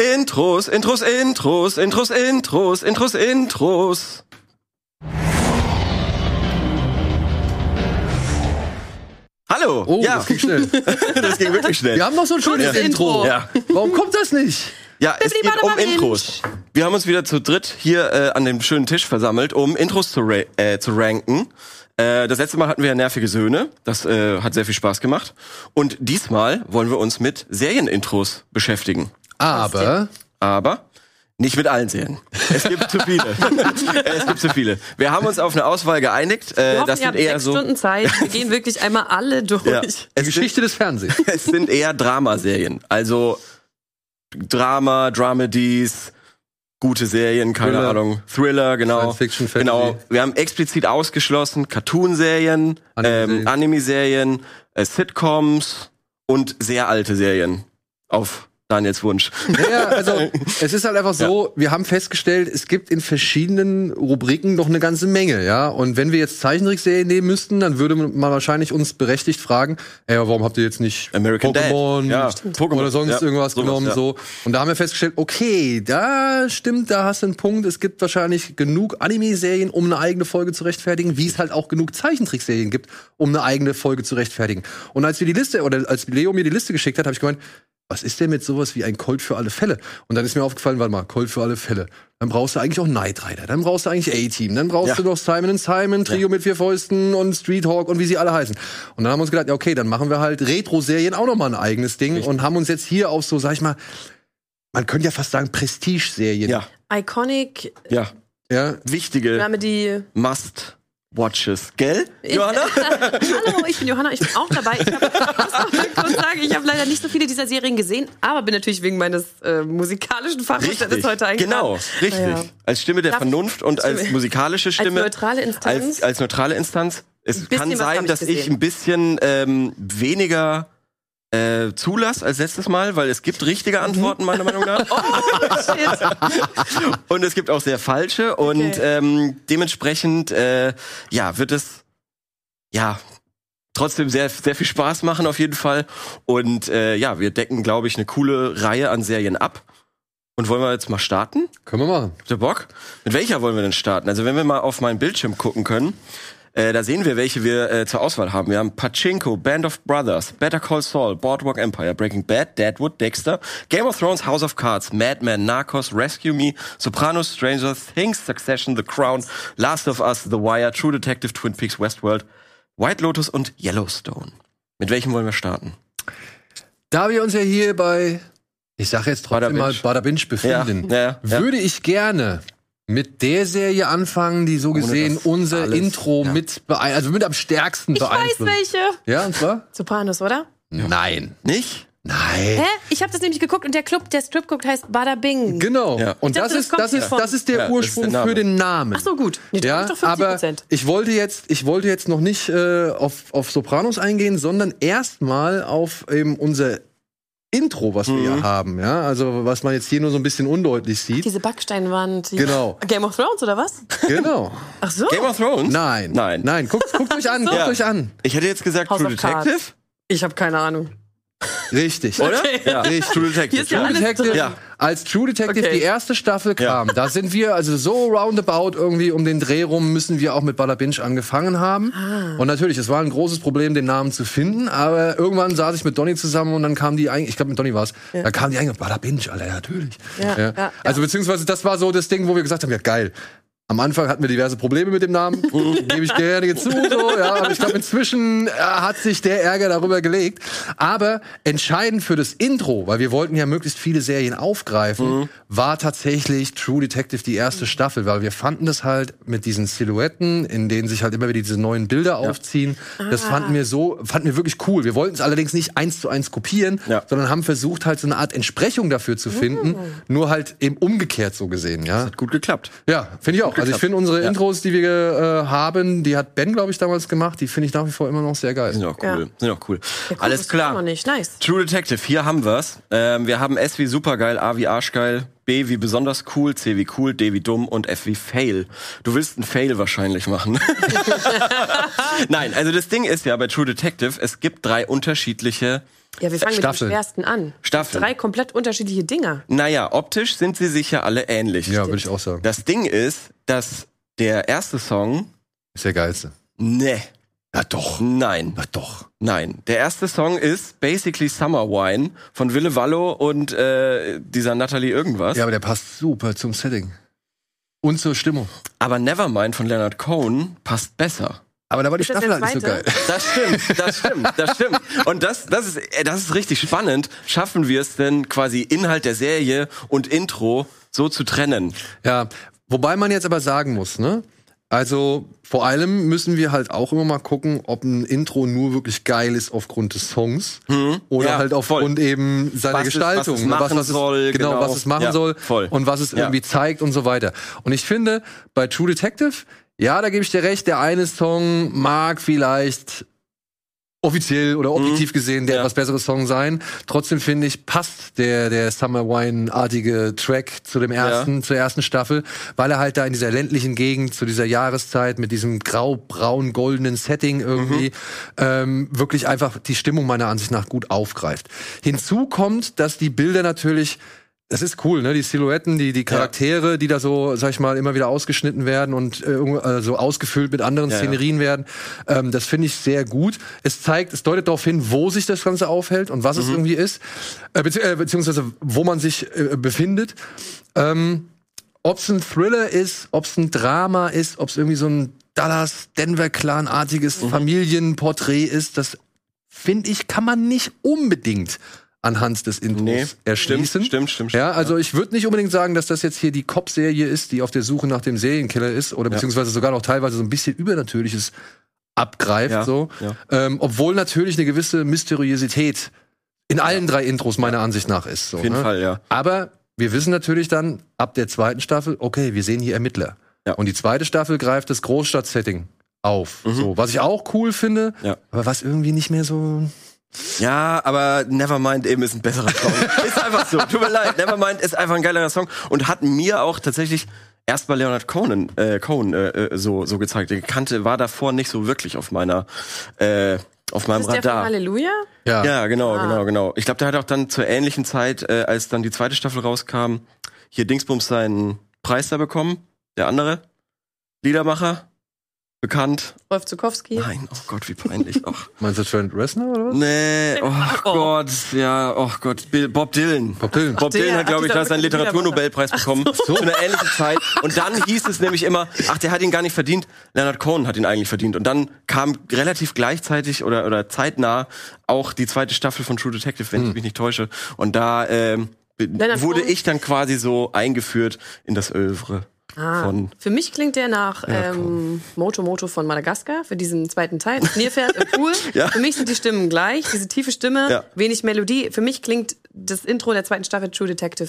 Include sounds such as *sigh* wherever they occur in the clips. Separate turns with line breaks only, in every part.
Intros, Intros, Intros, Intros, Intros, Intros, Intros. Hallo.
Oh,
ja,
das ging schnell.
*laughs* das ging wirklich schnell.
*laughs* Wir haben noch so ein schönes
Kurzes
Intro.
Intro. Ja.
Warum kommt das nicht?
Ja, es
Bibbidi
geht um
Badabadi.
Intros. Wir haben uns wieder zu dritt hier äh, an dem schönen Tisch versammelt, um Intros zu, ra äh, zu ranken. Äh, das letzte Mal hatten wir ja nervige Söhne. Das äh, hat sehr viel Spaß gemacht. Und diesmal wollen wir uns mit Serienintros beschäftigen.
Aber
Aber nicht mit allen
*laughs*
Serien. Es gibt zu viele. es gibt zu viele. Wir haben uns auf eine Auswahl geeinigt.
Wir
Äh,
hoffen,
das
ihr
sind
habt
eher
sechs
so.
Stunden Zeit. Wir gehen wirklich einmal alle durch.
*laughs* Ja,
die
es, sind,
Geschichte des Fernsehens.
es sind eher Dramaserien. Also Drama, Dramedies, gute Serien, keine
Thriller.
Ahnung. Thriller, genau.
Science Fiction, Fantasy.
genau. Wir haben explizit ausgeschlossen Cartoon-Serien,
Anime-Serien.
ähm, Anime-Serien, äh, Sitcoms und sehr alte Serien. Auf Daniels
*laughs*
Wunsch. *laughs*
Ja, also es ist halt einfach so, wir haben festgestellt, es gibt in verschiedenen Rubriken noch eine ganze Menge, ja. Und wenn wir jetzt Zeichentrickserien nehmen müssten, dann würde man wahrscheinlich uns berechtigt fragen, ey, aber warum habt ihr jetzt nicht
American Dad.
Pokémon,
Ja, Pokémon.
oder sonst
Ja,
irgendwas
sowas,
genommen
ja.
so? Und da haben wir festgestellt, okay, da stimmt, da hast du einen Punkt. Es gibt wahrscheinlich genug Anime-Serien, um eine eigene Folge zu rechtfertigen, wie es halt auch genug Zeichentrickserien gibt, um eine eigene Folge zu rechtfertigen. Und als wir die Liste oder als Leo mir die Liste geschickt hat, habe ich gemeint, was ist denn mit sowas wie ein Colt für alle Fälle? Und dann ist mir aufgefallen, warte mal, Colt für alle Fälle. Dann brauchst du eigentlich auch Knight Rider, dann brauchst du eigentlich A-Team, dann brauchst
Ja.
du noch Simon and Simon, Trio mit vier Fäusten und Street Hawk und wie sie alle heißen. Und dann haben wir uns gedacht, ja, okay, dann machen wir halt Retro-Serien auch nochmal ein eigenes Ding und haben uns jetzt hier auf so, sag ich mal, man könnte ja fast sagen Prestige-Serien.
Ja,
Iconic,
ja.
ja.
Wichtige.
Dramedy.
Must-Watches, gell,
äh,
Johanna?
*laughs* Hallo, ich bin Johanna, ich bin auch dabei. Ich, hab, *laughs* muss auch mal kurz sagen, ich habe leider nicht so viele dieser Serien gesehen, aber bin natürlich wegen meines äh, musikalischen Fachverständnisses heute eigentlich.
genau, richtig.
Ja.
Als Stimme der
Darf ich-
Vernunft und als
Stimme-
musikalische Stimme.
neutrale Instanz?
Als, als neutrale Instanz. Es
bisschen
kann
was hab
sein,
ich
dass ich
gesehen.
ein bisschen ähm, weniger äh, zulasse als letztes Mal, weil es gibt richtige
Mhm.
Antworten, meiner Meinung nach.
Shit.
*laughs* Und es gibt auch sehr falsche. Und
Okay.
ähm, dementsprechend, äh, ja, wird es, ja, trotzdem sehr, sehr viel Spaß machen auf jeden Fall. Und äh, ja, wir decken, glaube ich, eine coole Reihe an Serien ab. Und wollen wir jetzt mal starten?
Können wir machen.
Habt ihr Bock? Mit welcher wollen wir denn starten? Also wenn wir mal auf meinen Bildschirm gucken können, äh, da sehen wir, welche wir äh, zur Auswahl haben. Wir haben Pachinko, Band of Brothers, Better Call Saul, Boardwalk Empire, Breaking Bad, Deadwood, Dexter, Game of Thrones, House of Cards, Mad Men, Narcos, Rescue Me, Sopranos, Stranger Things, Succession, The Crown, Last of Us, The Wire, True Detective, Twin Peaks, Westworld, White Lotus und Yellowstone. Mit welchem wollen wir starten?
Da wir uns ja hier bei, ich sage jetzt trotzdem
Bada
mal
Binge.
Badabinch befinden,
Ja, ja, ja.
würde ich gerne mit der Serie anfangen, die so gesehen
das
unser
alles-
Intro
ja.
mit beein- also mit am stärksten
ich weiß
beeinflusst.
welche.
Ja, und zwar?
Sopranos, oder?
Nein.
Nicht?
Nein.
Hä? Ich habe das nämlich geguckt und der Club, der Strip guckt, heißt Bada Bing.
Genau.
Ja.
Und
Ich
das
dachte, das
ist,
kommt
das ist,
hiervon.
das ist der
Ja, das ist
Ursprung
der Name.
für den Namen.
Ach so, gut. Nee, da
Ja,
hab ich doch 50%.
aber ich wollte jetzt, ich wollte jetzt noch nicht äh, auf, auf Sopranos eingehen, sondern erstmal auf eben unser Intro, was wir
Mhm.
hier haben, ja. Also was man jetzt hier nur so ein bisschen undeutlich sieht.
Diese Backsteinwand. die-
Genau.
Game of Thrones, oder was?
genau.
Ach so.
Game of Thrones?
Nein.
Nein.
Nein. Guckt, guckt euch an, guckt
Ja.
euch an.
Ich hätte jetzt gesagt
House
True
of
*laughs*
Cards.
Detective,
Ich habe keine Ahnung.
Richtig.
oder?
Okay.
Ja,
Richtig.
True Detective.
Hier ist ja
True
alles
Detective,
drin.
Ja.
als True Detective
Okay.
die erste Staffel
Ja.
kam, da sind wir also so roundabout irgendwie um den Dreh rum müssen wir auch mit Bada Binge angefangen haben.
Ah.
Und natürlich, es war ein großes Problem, den Namen zu finden, aber irgendwann saß ich mit Donny zusammen und dann kam die eigentlich, ich glaube mit Donny war es, da kam die eigentlich, Bada Binge, Alter, ja, natürlich.
Ja, ja,
Also beziehungsweise das war so das Ding, wo wir gesagt haben, ja geil. Am Anfang hatten wir diverse Probleme mit dem Namen, gebe ich gerne zu, so, ja, aber ich glaube, inzwischen äh, hat sich der Ärger darüber gelegt. Aber entscheidend für das Intro, weil wir wollten ja möglichst viele Serien aufgreifen, war tatsächlich True Detective die erste Staffel, weil wir fanden das halt mit diesen Silhouetten, in denen sich halt immer wieder diese neuen Bilder aufziehen, das fanden wir so, fanden wir wirklich cool. Wir wollten es allerdings nicht eins zu eins kopieren,
Ja.
sondern haben versucht, halt so eine Art Entsprechung dafür zu finden, nur halt eben umgekehrt so gesehen, ja.
Hat gut geklappt.
Ja, finde ich auch. Also ich finde unsere
Ja.
Intros, die wir äh, haben, die hat Ben, glaube ich, damals gemacht, die finde ich nach wie vor immer noch sehr geil.
Sind auch cool.
Ja.
Sind auch cool.
Der Club
Alles
ist Auch noch
klar.
nicht. Nice.
True Detective, hier haben wir's. Ähm, wir haben S wie supergeil, A wie arschgeil, B wie besonders cool, C wie cool, D wie dumm und F wie fail. Du willst einen Fail wahrscheinlich
*laughs*
machen. Nein, also das Ding ist ja bei True Detective, es gibt drei unterschiedliche
Ja, wir fangen
Staffeln.
mit dem schwersten an.
Staffeln.
Drei komplett unterschiedliche Dinger.
Naja, optisch sind sie sicher alle ähnlich.
Ja, würde ich auch sagen.
Das Ding ist, dass der erste Song,
Ist der geilste.
ne,
Na doch.
nein,
Na doch.
nein. Der erste Song ist basically Summer Wine von Wille Wallo und äh, dieser Natalie irgendwas.
Ja, aber der passt super zum Setting. Und zur Stimmung.
Aber Nevermind von Leonard Cohen passt besser.
Aber da war die
das
Staffel
der
halt nicht so geil.
zweite?
Das stimmt, das stimmt, das stimmt. Und das, das, ist, äh, das ist richtig spannend. Schaffen wir es denn quasi Inhalt der Serie und Intro so zu trennen?
Ja, wobei man jetzt aber sagen muss, ne? Also vor allem müssen wir halt auch immer mal gucken, ob ein Intro nur wirklich geil ist aufgrund des Songs oder
Mhm. ja,
halt aufgrund eben seiner
Was es-
Gestaltung,
was es
ne,
machen soll,
genau,
genau.
was es machen
Ja,
soll
voll.
und was es
Ja.
irgendwie zeigt und so weiter. Und ich finde bei True Detective, ja, da gebe ich dir recht, der eine Song mag vielleicht offiziell oder objektiv gesehen der
Ja.
etwas bessere Song sein. Trotzdem finde ich, passt der, der Summer Wine-artige Track zu dem ersten, zur ersten Staffel, weil er halt da in dieser ländlichen Gegend zu dieser Jahreszeit mit diesem grau-braun-goldenen Setting irgendwie ähm, wirklich einfach die Stimmung meiner Ansicht nach gut aufgreift. Hinzu kommt, dass die Bilder natürlich das ist cool, ne? Die Silhouetten, die, die Charaktere, die da so, sag ich mal, immer wieder ausgeschnitten werden und äh, irgendwo- äh, so ausgefüllt mit anderen
Ja, ja.
Szenerien werden. Ähm, das finde ich sehr gut. Es zeigt, es deutet darauf hin, wo sich das Ganze aufhält und
Mhm.
was es irgendwie ist. Äh, bezieh äh, beziehungsweise, wo man sich äh, befindet. Ähm, ob es ein Thriller ist, ob es ein Drama ist, ob es irgendwie so ein Dallas-Denver-Clan-artiges
Mhm.
Familienporträt ist, das finde ich, kann man nicht unbedingt anhand des Intros
Nee,
erschließen.
stimmt, stimmt, stimmt.
Ja, also ich würde nicht unbedingt sagen, dass das jetzt hier die Cop-Serie ist, die auf der Suche nach dem Serienkiller ist oder beziehungsweise sogar noch teilweise so ein bisschen Übernatürliches abgreift.
Ja,
So.
ja.
Ähm, obwohl natürlich eine gewisse Mysteriosität in allen drei Intros meiner Ansicht nach ist. So,
Auf jeden
ne?
Fall, ja.
Aber wir wissen natürlich dann ab der zweiten Staffel, okay, wir sehen hier Ermittler.
Ja. Mhm.
Und die zweite Staffel greift das Großstadt-Setting auf. So, was ich auch cool finde,
Ja.
aber was irgendwie nicht mehr so.
Ja, aber Nevermind eben ist ein besserer Song. ist einfach so. Tut mir leid. Nevermind ist einfach ein geilerer Song und hat mir auch tatsächlich erst bei Leonard Cohen, äh, Cohen äh, äh, so, so gezeigt. Der kannte, war davor nicht so wirklich auf meiner, äh, auf meinem
Ist der von Ah.
Radar.
Halleluja?
Ja, genau, genau, genau. Ich glaube, der hat auch dann zur ähnlichen Zeit, äh, als dann die zweite Staffel rauskam, hier Dingsbums seinen Preis da bekommen. Der andere Liedermacher, bekannt.
Rolf Zukowski?
Nein, oh Gott, wie
*laughs*
peinlich. Och.
Meinst du Trent Reznor
*laughs*
oder was?
Nee, oh Gott, ja, oh Gott, Bill, Bob Dylan.
Bob Dylan.
Bob Dylan
der
hat, glaube
hat
ich,
dieser
da seinen
wirklich
Literaturnobelpreis bekommen. So. Zu einer ähnlichen Zeit. Und
*laughs*
dann hieß es nämlich immer, ach, der hat ihn gar nicht verdient. Leonard Cohen hat ihn eigentlich verdient. Und dann kam relativ gleichzeitig oder, oder zeitnah auch die zweite Staffel von True Detective, wenn
Hm.
ich mich nicht täusche. Und da ähm, be-
Leonard
wurde
Cohen?
ich dann quasi so eingeführt in das Övre
Ah,
von
für mich klingt der nach ähm, Moto Moto von Madagaskar für diesen zweiten Teil. Das Nilpferd im Pool.
*laughs* Ja.
Für mich sind die Stimmen gleich. Diese tiefe Stimme,
Ja.
wenig Melodie. Für mich klingt das Intro der zweiten Staffel True Detective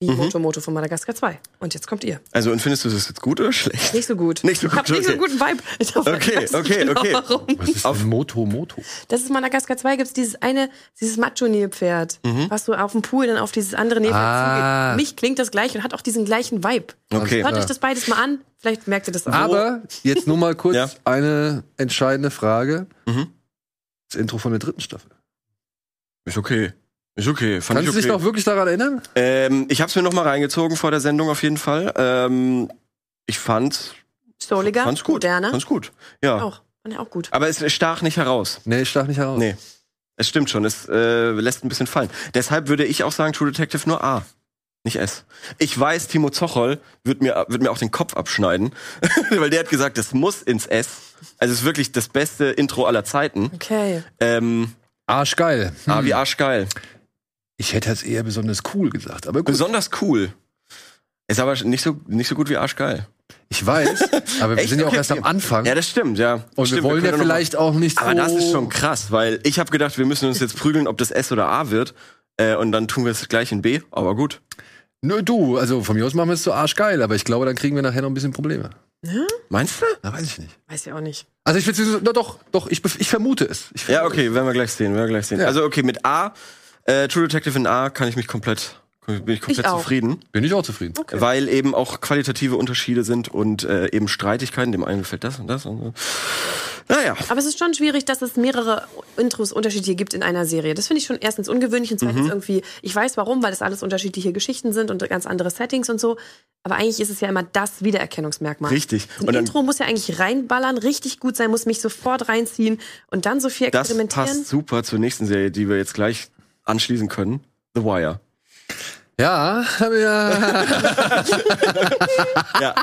wie
Mhm.
Moto Moto von Madagaskar 2. Und jetzt kommt ihr.
Also, und findest du das jetzt gut oder schlecht?
Nicht so gut.
Nicht so
Ich hab
gut,
nicht so einen
okay.
guten Vibe. Ich hoffe,
Okay,
ich weiß nicht
okay, okay.
Warum.
Was ist auf Moto Moto?
Das ist Madagaskar 2, gibt es dieses eine, dieses Macho-Nilpferd,
Mhm.
was so auf dem Pool dann auf dieses andere Nilpferd
Ah.
zugeht. Mich klingt das gleich und hat auch diesen gleichen Vibe.
Okay.
Hört euch das beides mal an, vielleicht merkt ihr das auch.
Aber jetzt nur mal kurz
*laughs* Ja.
eine entscheidende Frage.
Mhm.
Das Intro von der dritten Staffel.
Ist okay. Ist okay. Fand
Kannst du
ich okay.
dich noch wirklich daran erinnern?
Ähm, ich hab's mir noch mal reingezogen vor der Sendung auf jeden Fall. Ähm, ich fand's,
Souliger,
fand's gut.
moderner.
Fand's gut. Ja.
auch. Fand ich auch gut.
Aber es stach nicht heraus.
Nee, ich stach nicht heraus.
Nee. Es stimmt schon, es äh, lässt ein bisschen fallen. Deshalb würde ich auch sagen, True Detective nur A. Nicht S. Ich weiß, Timo Zochol wird mir, wird mir auch den Kopf abschneiden, *laughs* weil der hat gesagt, das muss ins S. Also es ist wirklich das beste Intro aller Zeiten.
Okay.
Ähm,
Arschgeil.
A wie Arschgeil.
Ich hätte jetzt eher besonders cool gesagt, aber gut.
Besonders cool. Ist aber nicht so, nicht so gut wie Arschgeil.
Ich
*laughs*
weiß, aber wir
Echt?
sind ja auch
Okay,
erst am
okay.
Anfang.
Ja, das stimmt, ja.
Also und
stimmt,
wir wollen ja
können noch mal-
vielleicht auch nicht so.
Aber das ist
Oh.
schon krass, weil ich habe gedacht, wir müssen uns jetzt prügeln, ob das S oder A wird. Äh, und dann tun wir es gleich in B. Aber gut.
Nö, du, also von mir aus machen wir es so arschgeil, aber ich glaube, dann kriegen wir nachher noch ein bisschen Probleme.
Meinst du?
Na, weiß ich nicht.
Weiß ich auch nicht.
Also ich will na doch, doch, ich, bef- ich vermute es. Ich vermute
Ja, Also, okay, werden wir gleich sehen. Werden wir gleich sehen.
Ja.
Also okay, mit A, äh, True Detective in A kann ich mich komplett Bin ich komplett
auch.
zufrieden.
Bin ich auch zufrieden.
Weil eben auch qualitative Unterschiede sind und äh, eben Streitigkeiten. Dem einen gefällt das und das. Und so. Naja.
Aber es ist schon schwierig, dass es mehrere Intros unterschiedliche gibt in einer Serie. Das finde ich schon erstens ungewöhnlich und
Mhm.
zweitens irgendwie, ich weiß warum, weil das alles unterschiedliche Geschichten sind und ganz andere Settings und so. Aber eigentlich ist es ja immer das Wiedererkennungsmerkmal.
Richtig.
Ein
Und dann-
Intro muss ja eigentlich reinballern, richtig gut sein, muss mich sofort reinziehen und dann so viel
Das
experimentieren.
passt super zur nächsten Serie, die wir jetzt gleich anschließen können. The Wire.
Ja, *laughs* ja,
Ja,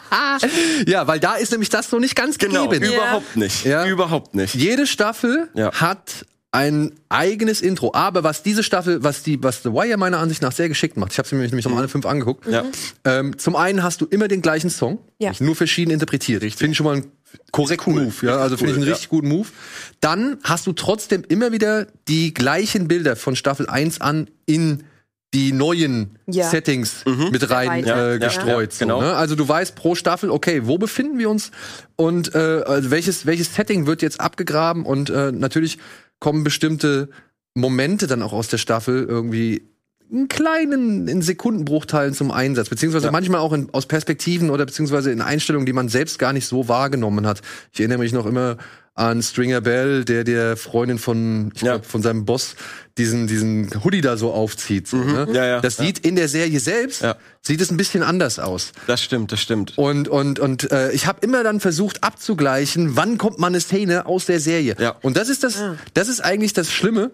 ja, weil da ist nämlich das so nicht ganz
genau.
gegeben.
Überhaupt nicht.
Ja.
Überhaupt nicht.
Jede Staffel
Ja.
hat ein eigenes Intro. Aber was diese Staffel, was die, was The Wire meiner Ansicht nach sehr geschickt macht, ich habe sie mir nämlich noch alle fünf angeguckt.
Ja.
Ähm, zum einen hast du immer den gleichen Song,
Ja.
nur verschieden interpretiert. Finde ich schon mal einen korrekten Move. Ja? Also finde ich einen
cool,
richtig guten Move. Dann hast du trotzdem immer wieder die gleichen Bilder von Staffel 1 an in die neuen
Ja.
Settings mit rein
Ja,
äh,
ja,
gestreut.
ja,
so,
genau.
ne? Also du weißt pro Staffel, okay, wo befinden wir uns und äh, also welches, welches Setting wird jetzt abgegraben und äh, natürlich kommen bestimmte Momente dann auch aus der Staffel irgendwie in kleinen, in Sekundenbruchteilen zum Einsatz, beziehungsweise manchmal auch in, aus Perspektiven oder beziehungsweise in Einstellungen, die man selbst gar nicht so wahrgenommen hat. Ich erinnere mich noch immer an Stringer Bell, der der Freundin von, ich
Ja.
glaub, von seinem Boss diesen, diesen Hoodie da so aufzieht. So, ne?
Mhm. Ja, ja.
das
Ja.
sieht in der Serie selbst,
Ja.
sieht es ein bisschen anders aus.
Das stimmt, das stimmt.
Und, und, und äh, ich habe immer dann versucht abzugleichen, wann kommt mal eine Szene aus der Serie.
Ja.
Und das ist das, das ist eigentlich das Schlimme,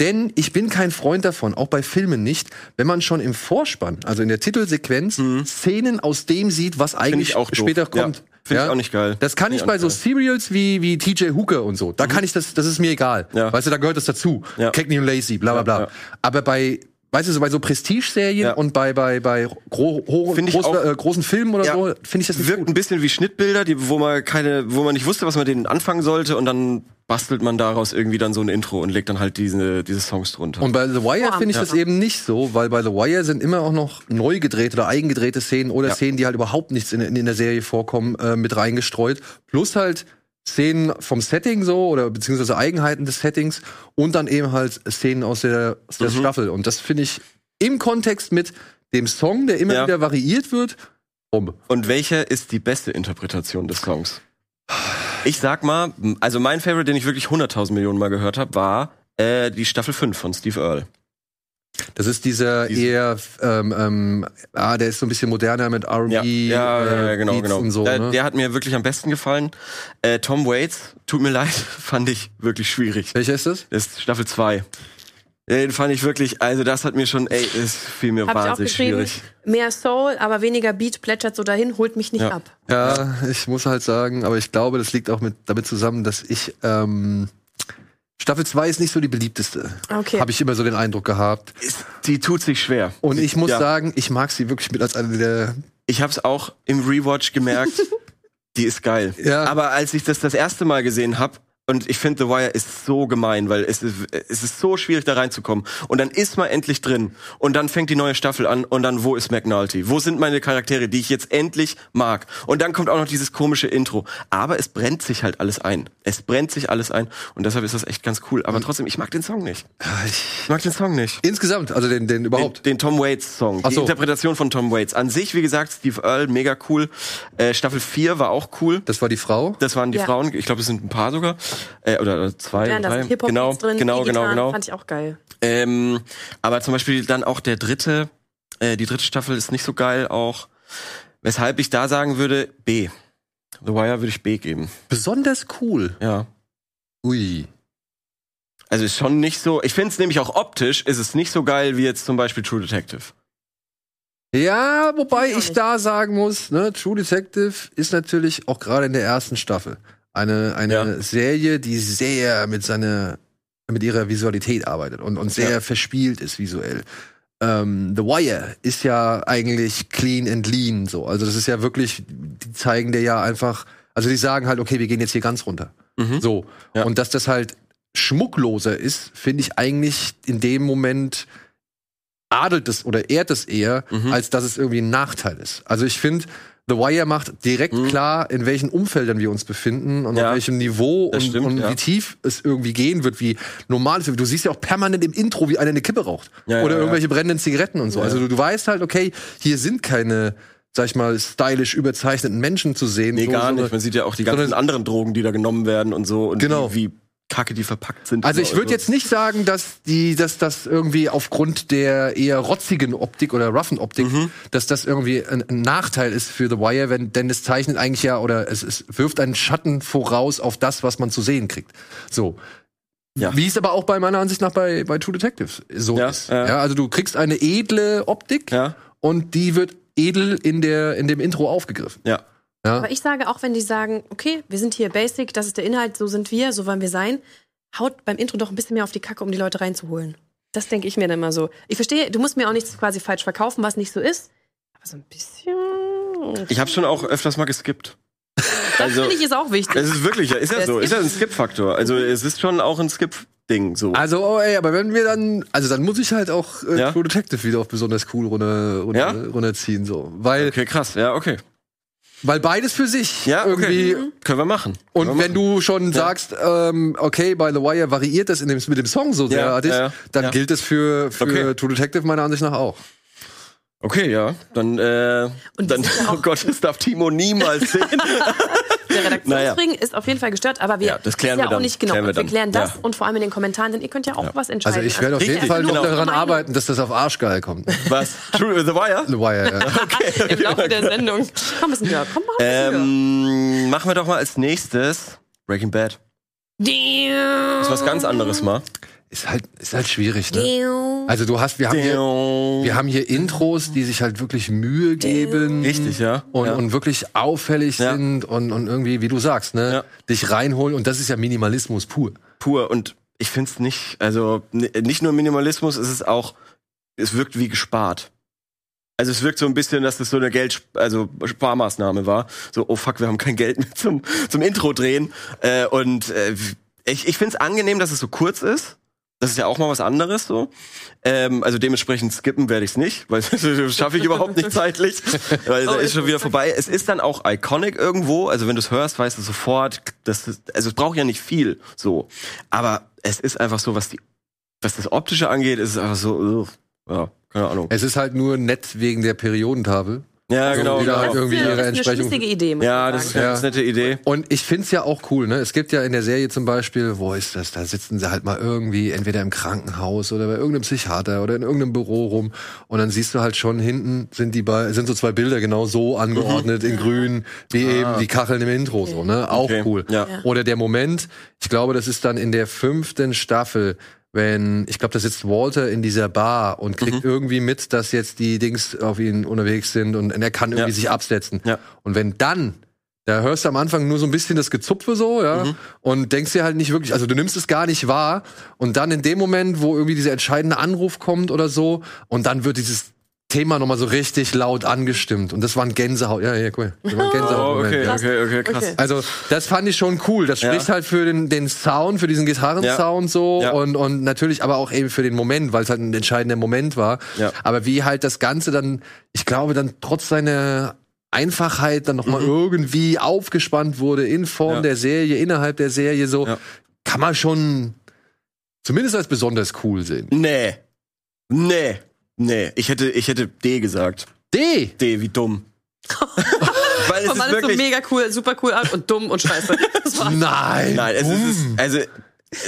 denn ich bin kein Freund davon, auch bei Filmen nicht, wenn man schon im Vorspann, also in der Titelsequenz, Szenen aus dem sieht, was eigentlich
Mhm. ich auch doof.
später
Ja.
kommt.
Find ich auch nicht geil.
Das kann
Find
ich
ich
bei
auch
so
nicht
Serials wie, wie TJ Hooker und so. Da kann ich das, das ist mir egal.
Ja.
Weißt du, da gehört das dazu.
Ja.
Cagney und Lacey, bla bla bla.
Ja, ja.
Aber bei, weißt du, so bei so Prestige-Serien
Ja.
und bei, bei, bei gro ho
Find ich
großen,
auch-
äh, großen Filmen oder
Ja.
so, finde ich das nicht
wirkt
gut.
ein bisschen wie Schnittbilder, die, wo man keine, wo man nicht wusste, was man denen anfangen sollte, und dann bastelt man daraus irgendwie dann so ein Intro und legt dann halt diese, diese Songs drunter.
Und bei The Wire
Ja.
finde ich das eben nicht so, weil bei The Wire sind immer auch noch neu gedrehte oder eigengedrehte Szenen oder
Ja.
Szenen, die halt überhaupt nichts in, in, in der Serie vorkommen, äh, mit reingestreut. Plus halt Szenen vom Setting so oder beziehungsweise Eigenheiten des Settings und dann eben halt Szenen aus der, aus der
Mhm.
Staffel. Und das finde ich im Kontext mit dem Song, der immer
Ja.
wieder variiert wird, Bombe.
Und welche ist die beste Interpretation des Songs? Ich sag mal, also mein Favorite, den ich wirklich 100.000 Millionen Mal gehört habe, war äh, die Staffel 5 von Steve Earle.
Das ist dieser
Diese-
eher, ähm, ähm, ah, der ist so ein bisschen moderner mit R&B
Ja, ja,
äh,
ja, genau,
Beats
genau.
und so.
der,
ne?
der hat mir wirklich am besten gefallen. Äh, Tom Waits, tut mir *laughs* leid, fand ich wirklich schwierig.
Welcher ist das?
Das ist Staffel 2. Den fand ich wirklich, also das hat mir schon, ey, es fiel mir
Hab ich auch
wahnsinnig
geschrieben,
schwierig.
mehr Soul, aber weniger Beat plätschert so dahin, holt mich nicht
Ja.
ab.
Ja, ich muss halt sagen, aber ich glaube, das liegt auch mit, damit zusammen, dass ich ähm, Staffel 2 ist nicht so die beliebteste.
Okay.
Habe ich immer so den Eindruck gehabt.
Ist- Die tut sich schwer.
Und ich muss
Ja.
sagen, ich mag sie wirklich mit als eine der.
Ich hab's auch im Rewatch gemerkt, die ist geil.
Ja.
Aber als ich das das erste Mal gesehen hab, und ich finde, The Wire ist so gemein, weil es ist, es ist so schwierig, da reinzukommen. Und dann ist man endlich drin. Und dann fängt die neue Staffel an. Und dann, wo ist McNulty? Wo sind meine Charaktere, die ich jetzt endlich mag? Und dann kommt auch noch dieses komische Intro. Aber es brennt sich halt alles ein. Es brennt sich alles ein. Und deshalb ist das echt ganz cool. Aber trotzdem, ich mag den Song nicht. Ich mag den Song nicht.
Insgesamt, also den, den überhaupt.
Den, den Tom Waits Song.
Ach
Die
so.
Interpretation von Tom Waits. An sich, wie gesagt, Steve Earle, mega cool. Äh, Staffel 4 war auch cool.
das war die Frau.
Das waren die
Ja.
Frauen. Ich glaube, es sind ein paar sogar. Äh, oder oder zwei.
Ja,
oder
da
drei.
sind Hip-Hop
genau,
drin,
genau, genau,
E-Gitarren,
genau.
fand ich auch geil.
Ähm, aber zum Beispiel dann auch der dritte, äh, die dritte Staffel ist nicht so geil auch. Weshalb ich da sagen würde, B. The Wire würde ich B geben.
Besonders cool.
Ja.
Ui.
Also ist schon nicht so. Ich finde es nämlich auch optisch, ist es nicht so geil wie jetzt zum Beispiel True Detective.
Ja, wobei
Ich auch
ich
nicht.
da sagen muss, ne, True Detective ist natürlich auch gerade in der ersten Staffel eine, eine
Ja.
Serie, die sehr mit seiner, mit ihrer Visualität arbeitet und, und sehr
Ja.
verspielt ist visuell. Ähm, The Wire ist ja eigentlich clean and lean so. Also das ist ja wirklich, die zeigen dir ja einfach, also die sagen halt, okay, wir gehen jetzt hier ganz runter. So.
Mhm. Ja.
Und dass das halt schmuckloser ist, finde ich eigentlich in dem Moment
Mhm.
adelt es oder ehrt es eher, als dass es irgendwie ein Nachteil ist. Also ich finde, The Wire macht direkt klar, in welchen Umfeldern wir uns befinden und
Mhm. Ja.
auf welchem Niveau und,
Das stimmt,
und
ja.
wie tief es irgendwie gehen wird, wie normal es wird. Du siehst ja auch permanent im Intro, wie einer eine Kippe raucht.
Ja, ja,
Oder
ja.
irgendwelche brennenden Zigaretten und so. Also du, du weißt halt, okay, hier sind keine, sag ich mal, stylisch überzeichneten Menschen zu sehen.
Nee,
so,
gar
so eine-
nicht. Man sieht ja auch die
sondern-
ganzen anderen Drogen, die da genommen werden und so und
Genau.
wie, wie kacke die verpackt sind.
Also ich würde jetzt nicht sagen, dass die, dass das irgendwie aufgrund der eher rotzigen Optik oder roughen Optik,
Mhm.
dass das irgendwie ein, ein Nachteil ist für The Wire, wenn, denn es zeichnet eigentlich ja oder es, es wirft einen Schatten voraus auf das, was man zu sehen kriegt. So.
Ja.
Wie es aber auch bei meiner Ansicht nach bei, bei Two Detectives so
Ja,
ist.
ja.
Ja, also du kriegst eine edle Optik
Ja.
und die wird edel in der in dem Intro aufgegriffen.
Ja.
Ja.
Aber ich sage auch, wenn die sagen, okay, wir sind hier basic, das ist der Inhalt, so sind wir, so wollen wir sein, haut beim Intro doch ein bisschen mehr auf die Kacke, um die Leute reinzuholen. Das denke ich mir dann immer so. Ich verstehe, du musst mir auch nichts quasi falsch verkaufen, was nicht so ist, aber so ein bisschen.
Ich habe schon auch öfters mal geskippt. Also
Finde ich ist auch wichtig.
es ist wirklich, ja, ist ja
Der
so, ist ja
Skip-
ein Skip-Faktor. Also es ist schon auch ein Skip-Ding so.
Also, oh ey, aber wenn wir dann, also dann muss ich halt auch äh,
Ja.
True Detective wieder auf besonders cool runter, runter,
Ja?
runterziehen, so. Weil,
Okay, krass. Ja, okay.
weil beides für sich
Ja, okay.
irgendwie.
Können wir machen. Können
Und
wir
wenn du schon sagst, ähm, okay, bei The Wire variiert das in dem, mit dem Song so sehr,
ja, ja.
dann
Ja.
gilt es für, für
Okay.
True Detective meiner Ansicht nach auch.
Okay, ja. Dann, äh,
Und
dann,
das ist ja
*laughs* oh
auch-
Gott, das darf Timo niemals
*laughs*
sehen. *laughs*
Der Redaktionsring ist auf jeden Fall gestört, aber wir
Ja, das klären
ist ja
wir
auch
dann.
nicht genau.
Klären wir
wir,
dann.
klären das
Ja.
und vor allem in den Kommentaren, denn ihr könnt ja auch was entscheiden.
Also ich werde auf jeden
richtig,
Fall noch
genau.
daran
Meinung.
arbeiten, dass das auf Arschgeil kommt.
Was? True The Wire?
The Wire, ja.
im Laufe
*laughs*
der Sendung. Komm, bisschen höher. Komm, mach ein
Ähm, machen wir doch mal als nächstes Breaking Bad.
bisschen
Das
höher.
ist was ganz anderes mal.
Ist halt, ist halt schwierig, ne?
Damn.
Also du hast, wir haben hier,
Wir
Wir haben hier Intros, die sich halt wirklich Mühe geben.
Richtig, ja.
Und,
Ja.
und wirklich auffällig
Ja.
sind und, und irgendwie, wie du sagst, ne,
Ja.
dich reinholen. Und das ist ja Minimalismus pur.
pur und ich finde es nicht, also n- nicht nur Minimalismus, es ist auch, es wirkt wie gespart. Also es wirkt so ein bisschen, dass das so eine Geld, also Sparmaßnahme war. So, oh fuck, wir haben kein Geld mehr zum, zum Intro drehen. Äh, und äh, ich, ich finde es angenehm, dass es so kurz ist. Das ist ja auch mal was anderes so. Ähm, also dementsprechend skippen werde ich es nicht, weil *laughs* das schaffe ich überhaupt nicht zeitlich. Weil es
Oh,
ist
ist
schon wieder vorbei. Es ist dann auch iconic irgendwo. Also wenn du es hörst, weißt du sofort, das ist, also es braucht ja nicht viel so. Aber es ist einfach so, was die, was das Optische angeht, ist es einfach so, ugh. ja, keine Ahnung.
Es ist halt nur nett wegen der Periodentafel.
Ja,
so
genau.
wieder
genau.
halt irgendwie
das
ihre
ist eine
Entsprechung.
schlüssige Idee. muss
Ja,
man
das ist
sagen.
eine
Ja.
ganz nette Idee.
Und ich find's ja auch cool, ne? Es gibt ja in der Serie zum Beispiel, wo ist das? Da sitzen sie halt mal irgendwie, entweder im Krankenhaus oder bei irgendeinem Psychiater oder in irgendeinem Büro rum. Und dann siehst du halt schon hinten sind die bei, sind so zwei Bilder genau so angeordnet in grün, wie eben die Kacheln im Intro, so, ne? Auch
Mhm. Ah. Okay,
cool.
ja.
Oder der Moment, ich glaube, das ist dann in der fünften Staffel, wenn, ich glaube, da sitzt Walter in dieser Bar und kriegt
Mhm.
irgendwie mit, dass jetzt die Dings auf ihn unterwegs sind und er kann irgendwie
Ja.
sich absetzen.
Ja.
Und wenn dann, da hörst du am Anfang nur so ein bisschen das Gezupfe so, ja,
Mhm.
und denkst dir halt nicht wirklich, also du nimmst es gar nicht wahr. Und dann in dem Moment, wo irgendwie dieser entscheidende Anruf kommt oder so, und dann wird dieses Thema nochmal so richtig laut angestimmt. Und das war ein Gänsehaut. Ja, ja, cool. Das war ein Gänsehaut.
Oh, okay,
ja.
okay, okay, krass.
Okay.
Also, das fand ich schon cool. Das
Ja.
spricht halt für den, den Sound, für diesen Gitarrensound so
Ja.
und, und natürlich aber auch eben für den Moment, weil es halt ein entscheidender Moment war.
Ja.
Aber wie halt das Ganze dann, ich glaube, dann trotz seiner Einfachheit dann nochmal mal irgendwie aufgespannt wurde in Form
Mhm. Ja.
der Serie, innerhalb der Serie so,
Ja.
kann man schon zumindest als besonders cool sehen.
Nee. Nee. Nee. Ich hätte, ich hätte D gesagt.
D!
D, wie *laughs* dumm. Weil es
Und man
ist
ist so
wirklich.
mega cool, super cool ab und dumm und scheiße.
*laughs*
Das war
Nein!
Nein, es ist, es ist also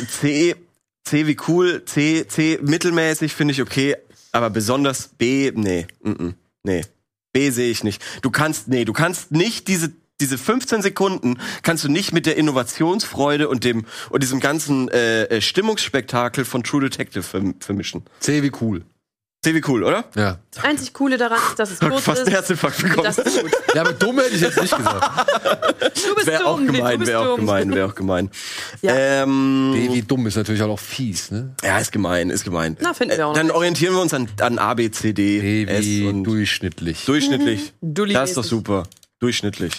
C, C wie cool, C, C mittelmäßig finde ich okay, aber besonders B, nee, mm, mm, nee, B sehe ich nicht. Du kannst, nee, du kannst nicht diese diese 15 Sekunden kannst du nicht mit der Innovationsfreude und dem und diesem ganzen äh, äh, Stimmungsspektakel von True Detective verm- vermischen.
C wie cool.
C wie cool, oder?
Ja.
das einzig Coole daran, ist, dass es kurz
Fast einen
ist.
Herzinfarkt bekommen.
Das ist gut.
ja, aber dumm hätte ich jetzt
*laughs*
nicht gesagt.
Du bist
Wäre auch
dumm, nee, du
gemein,
bist
wäre auch
dumm.
gemein, wäre auch gemein.
Ja.
Ähm,
D wie dumm ist natürlich auch fies, ne?
Ja, ist gemein, ist gemein. Äh,
Na, finden wir auch noch
Dann
nicht.
orientieren wir uns an, an A, B, C, D, E,
D
S
wie
und
durchschnittlich.
durchschnittlich.
Dulli
Das ist doch
mäßig.
super. Durchschnittlich.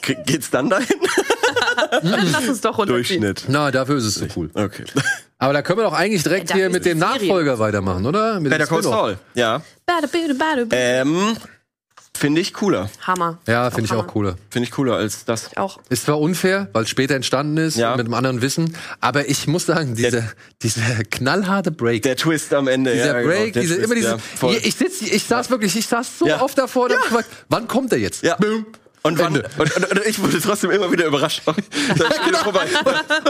Ge- Geht's dann
*laughs*
dahin?
Dann lass uns doch runterziehen.
Durchschnitt.
Na, dafür ist es so cool.
Okay.
Aber da können wir doch eigentlich direkt
Ja,
hier
dafür
mit
ist
dem
es Serie.
Nachfolger weitermachen, oder? Mit dem
Better Call
Spin-off.
Saul. Ja.
Bada, bada, bada, bada.
Ähm, Finde ich cooler.
Hammer.
Ja,
Ist
finde ich
Hammer.
auch cooler.
Finde ich cooler als das.
Auch.
Ist zwar unfair, weil es später entstanden ist,
Ja.
mit einem anderen Wissen, aber ich muss sagen, diese, diese knallharte Break.
Der Twist am Ende.
dieser
ja, genau,
Break,
der
diese,
Twist,
immer dieses,
ja, voll.
ich sitz, ich saß wirklich, ich saß so
Ja.
oft davor und hab gefragt, wann kommt er jetzt?
Ja.
Bim.
Und, wann,
Ende.
und, und, und ich wurde trotzdem immer wieder überrascht. *laughs* Dann ist wieder vorbei.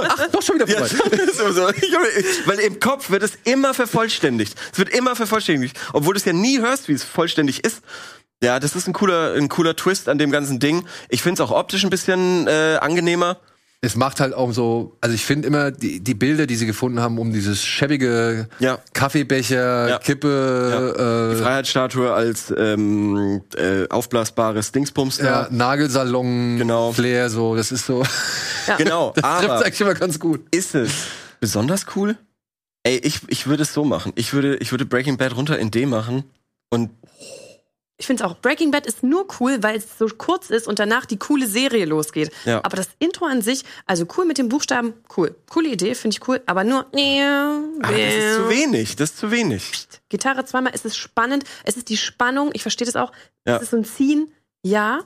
Ach, doch schon wieder
Ja, *laughs*
vorbei.
ist immer so. Junge, Weil im Kopf wird es immer vervollständigt. Es wird immer vervollständigt. Obwohl du es ja nie hörst, wie es vollständig ist. Ja, das ist ein cooler, ein cooler Twist an dem ganzen Ding. Ich finde es auch optisch ein bisschen äh, angenehmer.
Es macht halt auch so, also ich finde immer die, die Bilder, die sie gefunden haben, um dieses schäbige
Ja.
Kaffeebecher,
Ja.
Kippe,
Die
äh,
Freiheitsstatue als ähm, äh, aufblasbares Dingsbums. da.
ja, Nagelsalon,
Genau.
Flair, so, das ist so. *laughs*
Genau,
Das trifft
aber
eigentlich immer ganz gut.
ist es besonders cool? Ey, ich, ich würde es so machen. Ich würde, ich würde Breaking Bad runter in D machen und
Ich finde es auch. Breaking Bad ist nur cool, weil es so kurz ist und danach die coole Serie losgeht.
Ja.
Aber das Intro an sich, also cool mit den Buchstaben, cool. Coole Idee, finde ich cool. Aber nur.
ah, das ist zu wenig. Das ist zu wenig.
Gitarre zweimal, es ist spannend, es ist die Spannung, ich verstehe das auch.
Ja.
Es ist so ein Ziehen, ja,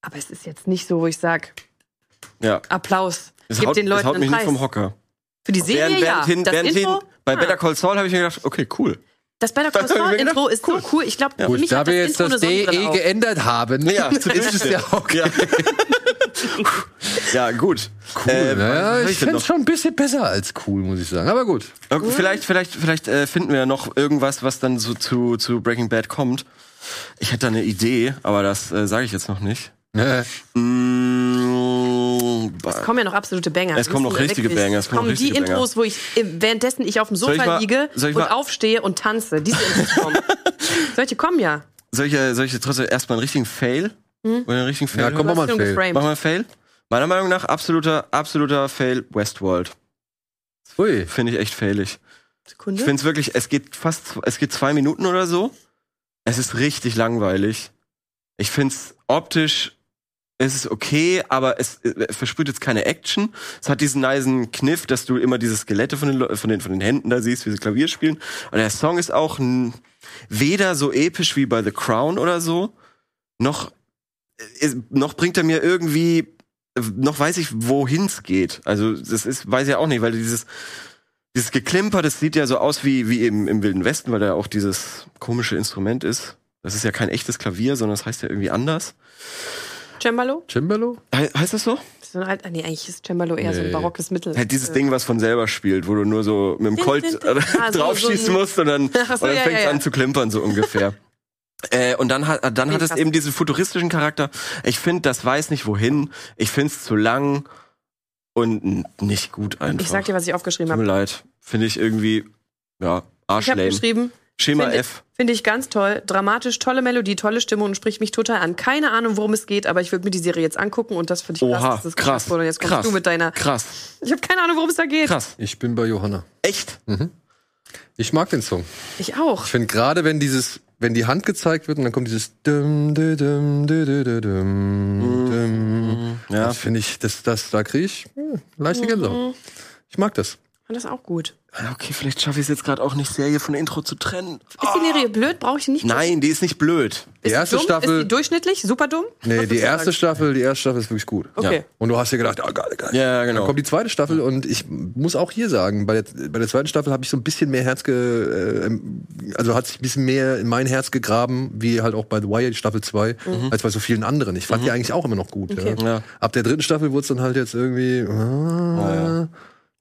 aber es ist jetzt nicht so, wo ich sage,
Ja.
Applaus.
Es
Gib
haut,
den
es
Leuten
haut mich
einen
nicht
Preis.
vom Hocker.
Für die Serie ja.
hin-
das
während
Intro,
hin- bei genau.
ah.
Better Call Saul habe ich mir gedacht, okay, cool.
das
*laughs*
Better Call
Das hab ich mir
Saul
gedacht,
Intro ist
cool.
so cool. Ich glaube, für mich
Gut, da
hat das
wir jetzt
Intro
das E
eine
DE
Sonnenbrille auf.
geändert haben, *laughs*
Ja, zu
ist es
*laughs*
ja okay. *laughs*
Ja, äh, gut. Ähm, Cool.
Ja, ne? ich finde es schon ein bisschen besser als cool, muss ich sagen. Aber gut.
Vielleicht, vielleicht, vielleicht äh, finden wir ja noch irgendwas, was dann so zu, zu Breaking Bad kommt. Ich hätte da eine Idee, aber das äh, sage ich jetzt noch nicht.
Äh,
Mm,
Es kommen ja noch absolute Banger.
Es kommen
Müssen
noch
wir
richtige
wirklich-
Banger, es kommen noch
die
richtige
Intros, wo ich äh, währenddessen ich auf dem
Soll ich
Sofa
mal-
liege
soll ich
und
mal-
aufstehe und tanze. Diese Intros
*laughs*
kommen. Solche kommen ja.
soll, ich, äh, soll ich jetzt trotzdem erstmal einen richtigen
Hm?
Fail? Oder einen richtigen Fail?
Ja, komm,
machen
mach mal
Du hast
einen
schon
Fail.
wir
geframed.
einen Fail. Meiner Meinung nach absoluter, absoluter Fail Westworld.
ui.
Finde ich echt failig. Ich
Sekunde.
finde es wirklich, es geht fast, es geht zwei Minuten oder so. Es ist richtig langweilig. Ich finde es optisch, es ist okay, aber es äh, versprüht jetzt keine Action. Es hat diesen niceen Kniff, dass du immer diese Skelette von den, Leu- von den, von den Händen da siehst, wie sie Klavier spielen. Und der Song ist auch n- weder so episch wie bei The Crown oder so, noch, äh, noch bringt er mir irgendwie, noch weiß ich, wohin es geht. Also, das ist, weiß ich auch nicht, weil dieses, dieses Geklimper, das sieht ja so aus wie, wie im, im Wilden Westen, weil da ja auch dieses komische Instrument ist. Das ist ja kein echtes Klavier, sondern das heißt ja irgendwie anders.
Cembalo?
Cimbalo?
He heißt das so?
So ein alt, ah, nee, eigentlich ist Cembalo eher so
Nee.
ein barockes Mittel. Äh,
Halt dieses Ding, was von selber spielt, wo du nur so mit dem Colt äh,
Ah, so-
draufschießen
so ein-
musst und dann, und dann
*laughs* Ach so, ja,
fängt es
ja, ja.
an zu klimpern, so
*laughs*
ungefähr. Äh, und dann hat dann hat es
krass.
eben diesen futuristischen Charakter. Ich finde, das weiß nicht wohin. Ich finde es zu lang und n- nicht gut einfach.
Ich sag dir, was ich aufgeschrieben
Tut mir
habe.
leid. Finde ich irgendwie ja
Ich habe
arschlame.
geschrieben,
Schema
finde-
F.
finde ich ganz toll, dramatisch, tolle Melodie, tolle Stimme und spricht mich total an. Keine Ahnung, worum es geht, aber ich würde mir die Serie jetzt angucken und das finde ich krass,
Oha,
dass das
krass.
gemacht wurde. Und jetzt kommst
krass,
du mit deiner.
Krass,
Ich habe keine Ahnung, worum es da geht.
krass.
Ich bin bei Johanna.
Echt?
Ich mag den Song.
Ich auch.
Ich finde gerade, wenn dieses, wenn die Hand gezeigt wird und dann kommt dieses dum, dü, dum, dü, dü, dü, dum, dum.
Mhm. Ja.
Das finde ich, das, das, da kriege ich hm,
Mhm.
leichte Gänsehaut. Ich mag das.
Fand das auch gut.
Okay, vielleicht schaffe ich es jetzt gerade auch nicht, Serie von Intro zu trennen.
Ist die Serie blöd? Brauche ich die nicht?
Nein, die ist nicht blöd.
Die
Ist
erste
dumm? Ist
Staffel,
die durchschnittlich? Super dumm?
nee, die
Was würdest du
erste
sagen?
Staffel, die erste Staffel ist wirklich gut.
Okay.
Und du hast dir gedacht, ah, geil, geil.
Ja, ja, genau.
Dann kommt die zweite Staffel und ich muss auch hier sagen, bei der, bei der zweiten Staffel habe ich so ein bisschen mehr Herz ge, äh, also hat sich ein bisschen mehr in mein Herz gegraben, wie halt auch bei The Wire Staffel 2, als bei so vielen anderen. Ich fand die eigentlich auch immer noch gut. Ja.
Ja.
Ab der dritten Staffel wurde es dann halt jetzt irgendwie, ah,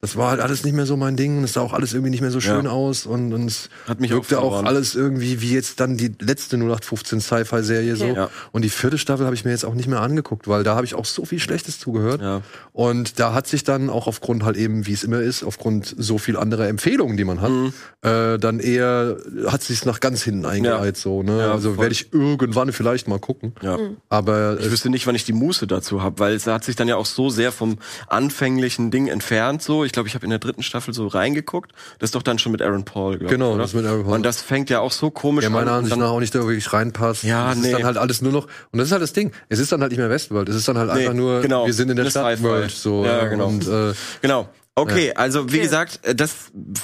das war halt alles nicht mehr so mein Ding und es sah auch alles irgendwie nicht mehr so schön
Ja.
aus und, und es
Hat mich auch
wirkte auch,
verloren.
alles irgendwie wie jetzt dann die letzte 0815 Sci-Fi-Serie so.
Okay.
Ja.
Und die vierte Staffel habe ich mir jetzt auch nicht mehr angeguckt, weil da habe ich auch so viel Schlechtes zugehört.
Ja.
Und da hat sich dann auch aufgrund halt eben, wie es immer ist, aufgrund so viel anderer Empfehlungen, die man hat,
Mhm.
äh, dann eher hat sich nach ganz hinten eingereiht. So, ne?
Ja,
also
voll.
werde ich irgendwann vielleicht mal gucken.
Ja.
Aber
Ich
äh,
wüsste nicht, wann ich die Muße dazu habe, weil es hat sich dann ja auch so sehr vom anfänglichen Ding entfernt. So, ich glaube, ich habe in der dritten Staffel so reingeguckt. Das ist doch dann schon mit Aaron Paul, glaube
Genau,
ich. oder?
das mit Aaron Paul.
Und das fängt ja auch so komisch
ja,
an.
äh, meiner Ansicht
und
nach
dann-
auch nicht da wirklich reinpasst.
Ja,
das
nee.
ist dann halt alles nur noch. Und das ist halt das Ding. Es ist dann halt nicht mehr Westworld. Es ist dann halt
Nee,
einfach nur,
genau.
wir sind in der
Eine
Stadt
Sci-Fi.
World. So,
Ja, genau.
Und äh,
Genau. Okay, also wie
Okay.
gesagt, äh, das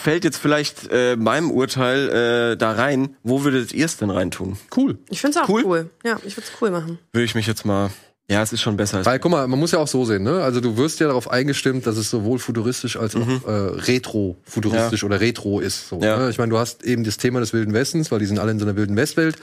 fällt jetzt vielleicht äh, meinem Urteil äh, da rein. Wo würdet ihr es denn reintun?
Cool.
Ich finde es auch
Cool.
cool. Ja, ich würde es cool machen.
Würde ich mich jetzt mal. Ja, es ist schon besser. Als
Weil, guck mal, man muss ja auch so sehen, ne? Also du wirst ja darauf eingestimmt, dass es sowohl futuristisch als auch äh, retro-futuristisch oder retro ist. So,
Ja.
ne? Ich meine, du hast eben das Thema des Wilden Westens, weil die sind alle in so einer Wilden Westwelt,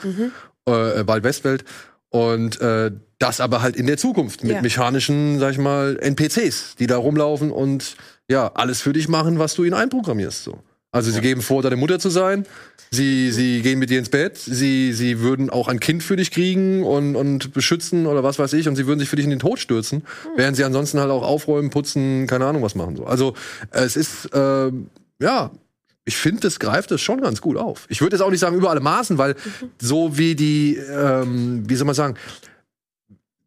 äh, äh, Wald-Westwelt. Und äh, das aber halt in der Zukunft mit
Ja.
mechanischen, sag ich mal, NPCs, die da rumlaufen und ja, alles für dich machen, was du ihnen einprogrammierst. So. Also sie geben vor, deine Mutter zu sein. Sie, sie gehen mit dir ins Bett. Sie, sie würden auch ein Kind für dich kriegen und, und beschützen oder was weiß ich. Und sie würden sich für dich in den Tod stürzen, während sie ansonsten halt auch aufräumen, putzen, keine Ahnung was machen. So. Also es ist, ähm, ja, ich finde, das greift das schon ganz gut auf. Ich würde jetzt auch nicht sagen über alle Maßen, weil so wie die, ähm, wie soll man sagen,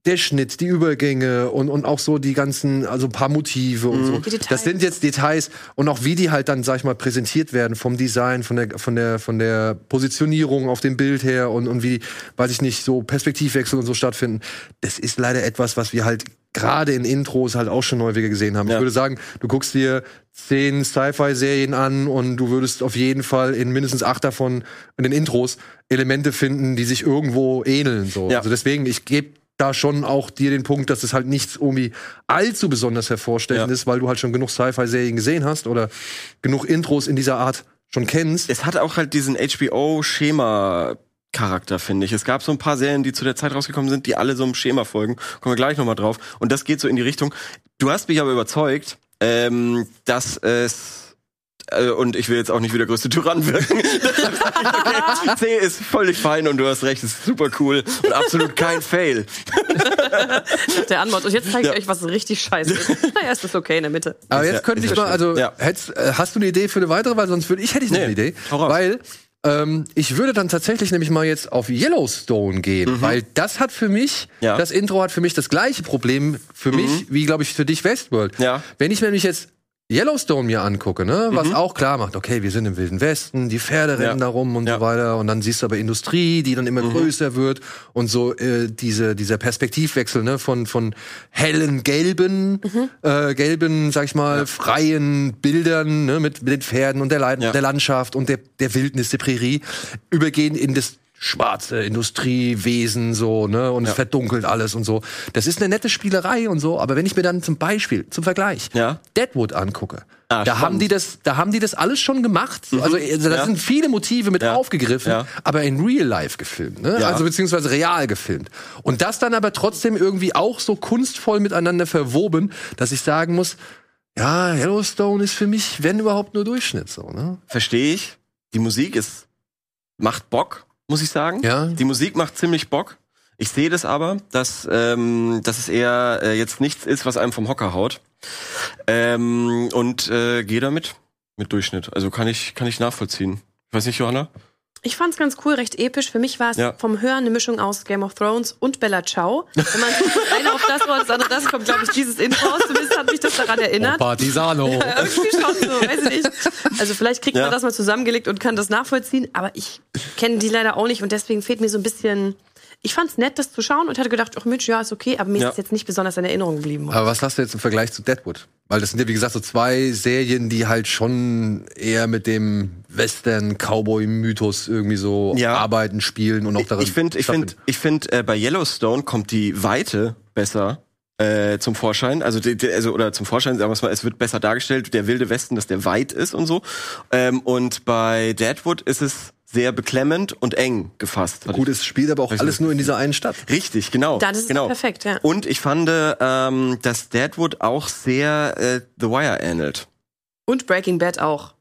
der Schnitt, die Übergänge und, und auch so die ganzen, also ein paar Motive und so.
Mhm. Die Details.
Das sind jetzt Details und auch wie die halt dann, sag ich mal, präsentiert werden vom Design, von der, von der, von der Positionierung auf dem Bild her und, und wie, weiß ich nicht, so Perspektivwechsel und so stattfinden. Das ist leider etwas, was wir halt gerade in Intros halt auch schon häufiger gesehen haben.
Ja.
Ich würde sagen, du guckst dir zehn Sci-Fi-Serien an und du würdest auf jeden Fall in mindestens acht davon, in den Intros, Elemente finden, die sich irgendwo ähneln. So.
Ja.
Also deswegen, ich gebe da schon auch dir den Punkt, dass es halt nichts irgendwie allzu besonders hervorstechend
Ja.
ist, weil du halt schon genug Sci-Fi-Serien gesehen hast oder genug Intros in dieser Art schon kennst.
es hat auch halt diesen HBO-Schema-Charakter, finde ich. Es gab so ein paar Serien, die zu der Zeit rausgekommen sind, die alle so einem Schema folgen. Kommen wir gleich nochmal drauf. Und das geht so in die Richtung. Du hast mich aber überzeugt, ähm, dass es. äh, Und ich will jetzt auch nicht wie der größte Tyrann wirken. *laughs* okay, C ist völlig fein und du hast recht, ist super cool und absolut kein Fail.
Nach der Antwort. Und jetzt zeige ich euch, was richtig scheiße ist. Naja, ist das okay in der Mitte.
Aber
Ist
jetzt
ja-
könnte
ist
ich
ja
mal,
schön.
also
Ja.
hättest, äh, hast du eine Idee für eine weitere, weil sonst würde ich hätte ich nicht
Nee,
eine Idee,
hau raus.
weil ähm, ich würde dann tatsächlich nämlich mal jetzt auf Yellowstone gehen, weil das hat für mich,
Mhm. Ja. Mhm.
das Intro hat für mich das gleiche Problem für mich wie glaube ich für dich Westworld.
Ja. Mhm.
Wenn ich mir nämlich jetzt Yellowstone mir angucke, ne, was auch klar macht, okay, wir sind im Wilden Westen, die Pferde rennen da rum und
Ja. Mhm.
so weiter und dann siehst du aber Industrie, die dann immer größer wird und so äh, diese, dieser Perspektivwechsel, ne, von, von hellen gelben, äh, gelben, sag ich mal, freien Bildern, ne, mit, mit den Pferden und der, Leid
Ja.
der Landschaft und der, der Wildnis, der Prärie, übergehen in das schwarze Industriewesen so, ne, und es verdunkelt alles und so. Das ist eine nette Spielerei und so, aber wenn ich mir dann zum Beispiel, zum Vergleich,
Ja.
Deadwood angucke,
Ah,
da
spannend.
haben die das, da haben die das alles schon gemacht. Also, also da
Mhm. Ja.
sind viele Motive mit
Ja.
aufgegriffen,
Ja.
aber in Real Life gefilmt, ne?
Ja.
Also beziehungsweise real gefilmt. Und das dann aber trotzdem irgendwie auch so kunstvoll miteinander verwoben, dass ich sagen muss, ja, Yellowstone ist für mich, wenn überhaupt, nur Durchschnitt so, ne?
verstehe ich. Die Musik ist macht Bock, muss ich sagen.
Ja.
Die Musik macht ziemlich Bock. Ich sehe das aber, dass, ähm, dass es eher äh, jetzt nichts ist, was einem vom Hocker haut. Ähm, und äh, gehe damit mit Durchschnitt. Also kann ich kann ich nachvollziehen. Ich weiß nicht, Johanna.
Ich fand's ganz cool, recht episch. Für mich war es
Ja.
vom Hören eine Mischung aus Game of Thrones und Bella Ciao. Wenn man *laughs* eine auf das Wort, das andere das, kommt, glaube ich, dieses Intro aus. Zumindest hat mich das daran
Oh,
erinnert.
Partisano.
*laughs* Ja, irgendwie schon so, weiß ich nicht. Also vielleicht kriegt
Ja.
man das mal zusammengelegt und kann das nachvollziehen, aber ich kenne die leider auch nicht und deswegen fehlt mir so ein bisschen. Ich fand's nett, das zu schauen und hatte gedacht, ach Mensch, ja, ist okay, aber mir
Ja. Ah.
ist es jetzt nicht besonders in Erinnerung geblieben.
Aber was hast du jetzt im Vergleich zu Deadwood? Weil das sind ja, wie gesagt, so zwei Serien, die halt schon eher mit dem Western-Cowboy-Mythos irgendwie so
Ja.
arbeiten, spielen und auch darin.
Ich finde, ich
stattfinden.
finde, ich finde, äh, bei Yellowstone kommt die Weite besser äh, zum Vorschein. Also, die, die, also oder zum Vorschein, sagen wir mal, es wird besser dargestellt, der wilde Westen, dass der weit ist und so. Ähm, und bei Deadwood ist es sehr beklemmend und eng gefasst.
Gut, Also, es spielt aber auch alles nur in dieser einen Stadt.
Richtig, genau.
Da, das ist
genau.
perfekt, ja.
Und ich fand, ähm, dass Deadwood auch sehr äh, The Wire ähnelt.
Und Breaking Bad auch,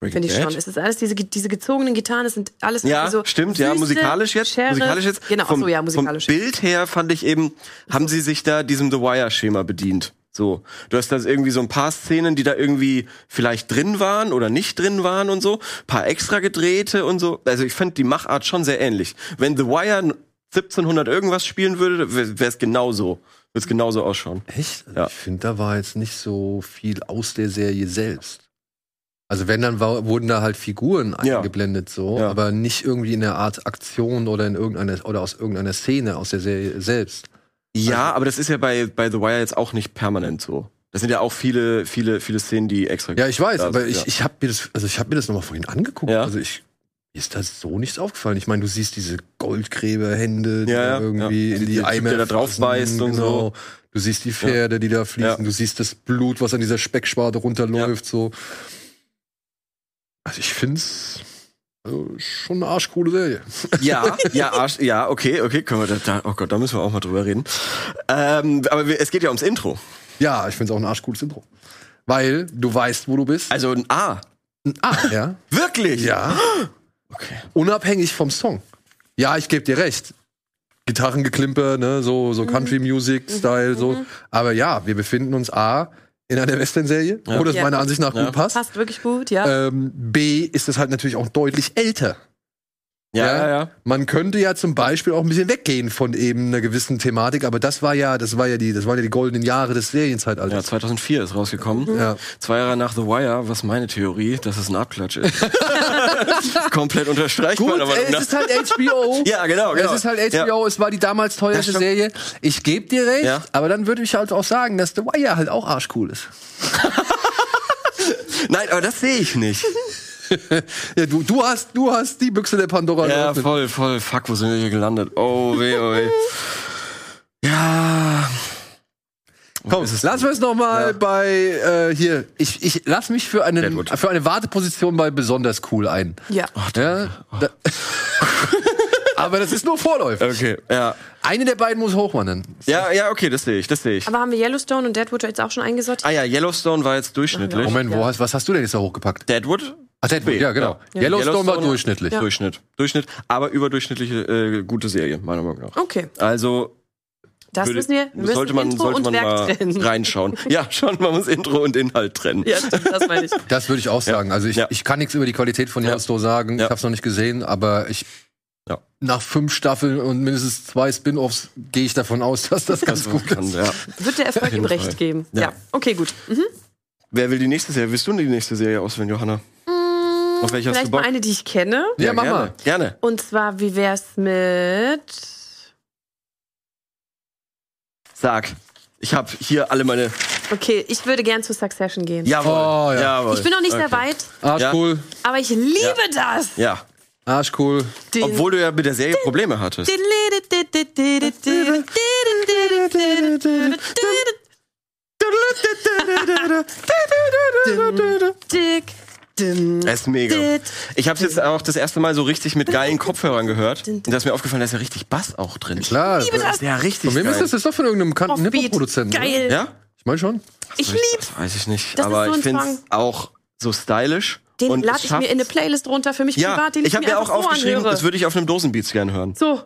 Breaking
finde ich
Bad.
schon. Es ist alles diese, diese gezogenen Gitarren, es sind alles
Ja,
so
stimmt, ja,
Also Wüste,
musikalisch jetzt.
Sheriff,
musikalisch jetzt.
Genau, ach so, ja, musikalisch.
Vom Bild her fand ich eben, haben sie sich da diesem The Wire-Schema bedient. So. Du hast da irgendwie so ein paar Szenen, die da irgendwie vielleicht drin waren oder nicht drin waren und so. Paar extra gedrehte und so. Also ich fand die Machart schon sehr ähnlich. Wenn The Wire 1700 irgendwas spielen würde, wäre es genauso. Würde es genauso ausschauen.
Echt? Also
Ja.
Ich finde, da war jetzt nicht so viel aus der Serie selbst. Also wenn, dann war, wurden da halt Figuren
Ja.
eingeblendet so,
Ja.
aber nicht irgendwie in der Art Aktion oder in irgendeiner oder aus irgendeiner Szene aus der Serie selbst.
Also
Ja, aber das ist ja bei, bei The Wire jetzt auch nicht permanent so. Das sind ja auch viele, viele, viele Szenen, die extra.
Ja, ich weiß,
da
aber
sind,
ich,
ja.
ich habe mir das, also ich habe mir das nochmal vorhin angeguckt.
Ja.
Also ich mir ist das so nichts aufgefallen. Ich meine, du siehst diese Goldgräberhände, die
Ja,
da
ja,
irgendwie
ja.
in die
Der Typ,
Eimer
der da drauf
fassen, genau.
beißt und so.
Du siehst die Pferde, die da fließen.
Ja.
Du siehst das Blut, was an dieser Speckschwarte runterläuft. So. Also ich find's also, schon eine arschcoole Serie. *laughs*
Ja, ja, Arsch, ja, okay, okay, können wir da, da, oh Gott, da müssen wir auch mal drüber reden. Ähm, aber wir, es geht ja ums Intro.
Ja, ich find's auch ein arschcooles Intro. Weil du weißt, wo du bist.
Also ein A.
Ah, ja.
Wirklich?
Ja.
Okay.
unabhängig vom Song. Ja, ich gebe dir recht. Gitarrengeklimper, ne, so, so Country Music Style, so. Aber ja, wir befinden uns A in einer Western-Serie, wo das
Ja.
meiner Ansicht nach
Ja.
gut passt.
Passt wirklich gut,
Äh,
ja.
Ähm, B ist es halt natürlich auch deutlich älter.
Ja,
Ja.
ja, ja.
Man könnte ja zum Beispiel auch ein bisschen weggehen von eben einer gewissen Thematik, aber das war ja, das war ja die, das waren ja die goldenen Jahre des
Ja,
Serienzeitalters.
2004 ist rausgekommen.
Ja.
Zwei Jahre nach The Wire, was meine Theorie, dass es ein Abklatsch
*laughs*
ist. Komplett unterstreichbar.
Gut,
aber-
ey, es ist halt *laughs* HBO.
Ja, genau, genau.
Es ist halt
Ja.
HBO, es war die damals teuerste
Ja, stimmt.
Serie. Ich geb dir recht,
Ja.
aber dann würde ich halt auch sagen, dass The Wire halt auch arschcool ist.
Nein, aber das sehe ich nicht.
Ja, du, du hast, du hast die Büchse der Pandora
Ja,
geöffnet.
voll, voll. Fuck, wo sind wir hier gelandet? Oh, weh, oh, weh. Ja.
Komm, lass wir es noch mal bei äh, hier. Ich, ich lass mich für einen,
Deadwood.
für eine Warteposition bei besonders cool ein.
Ja.
Ja, da, *laughs* aber das ist nur Vorläufer.
Okay, ja.
Eine der beiden muss hochwandern.
Ja, ja, okay, das sehe ich, das sehe ich.
Aber haben wir Yellowstone und Deadwood jetzt auch schon eingesortiert?
Ah ja, Yellowstone war jetzt durchschnittlich.
Moment, wo
Ja.
hast, was hast du denn jetzt da hochgepackt?
Deadwood?
Ach, Deadwood, ja, genau. Yellowstone, war durchschnittlich.
Durchschnitt. Durchschnitt, aber überdurchschnittliche äh, gute Serie, meiner Meinung nach.
Okay,
Also
das
würde-
müssen wir. wir müssen
sollte man,
Intro
sollte
und
man
Werk
mal
trennen. *laughs*
reinschauen. Ja, schon, man muss Intro und Inhalt trennen.
Ja, stimmt, das meine ich.
Das würde ich auch sagen. Also ich,
Ja.
ich kann nichts über die Qualität von Yellowstone sagen.
Ja.
Ich habe es noch nicht gesehen, aber ich
Ja.
nach fünf Staffeln und mindestens zwei Spin-offs gehe ich davon aus, dass das ganz gut ist.
Kann, ja.
Wird der Erfolg ihm
jeden
recht
Fall.
geben? Ja.
Ja.
Okay, gut. Mhm.
Wer will die nächste Serie? Willst du die nächste Serie auswählen, Johanna? Auf welche hast du
Mm, Vielleicht mal
Bock?
eine, die ich kenne.
Ja, mach
gerne.
mal.
Gerne.
Und zwar, wie wär's mit.
Sag. Ich habe hier alle meine.
Okay, ich würde gern zu Succession gehen.
Jawohl.
Oh, ja.
Jawohl.
Ich bin noch nicht
Okay.
sehr weit,
Arschcool,
aber ich liebe das.
Ja.
arschcool.
Den-
Obwohl du ja mit der Serie Probleme hattest.
Dick. Dim.
Das ist mega.
Dit.
Ich habe jetzt auch das erste Mal so richtig mit geilen Kopfhörern gehört. Und da ist mir aufgefallen, da ist ja richtig Bass auch drin.
Klar.
liebe das.
Das ist ja richtig.
Von wem
geil.
ist das? Das ist doch von irgendeinem bekannten
Offbeat.
Hip-Hop-Produzenten. oder?
Geil.
Ja?
Ich meine schon.
Ich lieb's.
Das weiß ich nicht.
Das ist
aber
so ein
ich finde
Song.
es auch so stylisch.
Den
und
lade
es
ich mir in eine
schafft's-
Playlist runter für mich
Ja,
privat, den
ich habe
mir
mir auch
einfach so
aufgeschrieben,
anhöre.
das würde ich auf einem Dosenbeats gern hören.
So,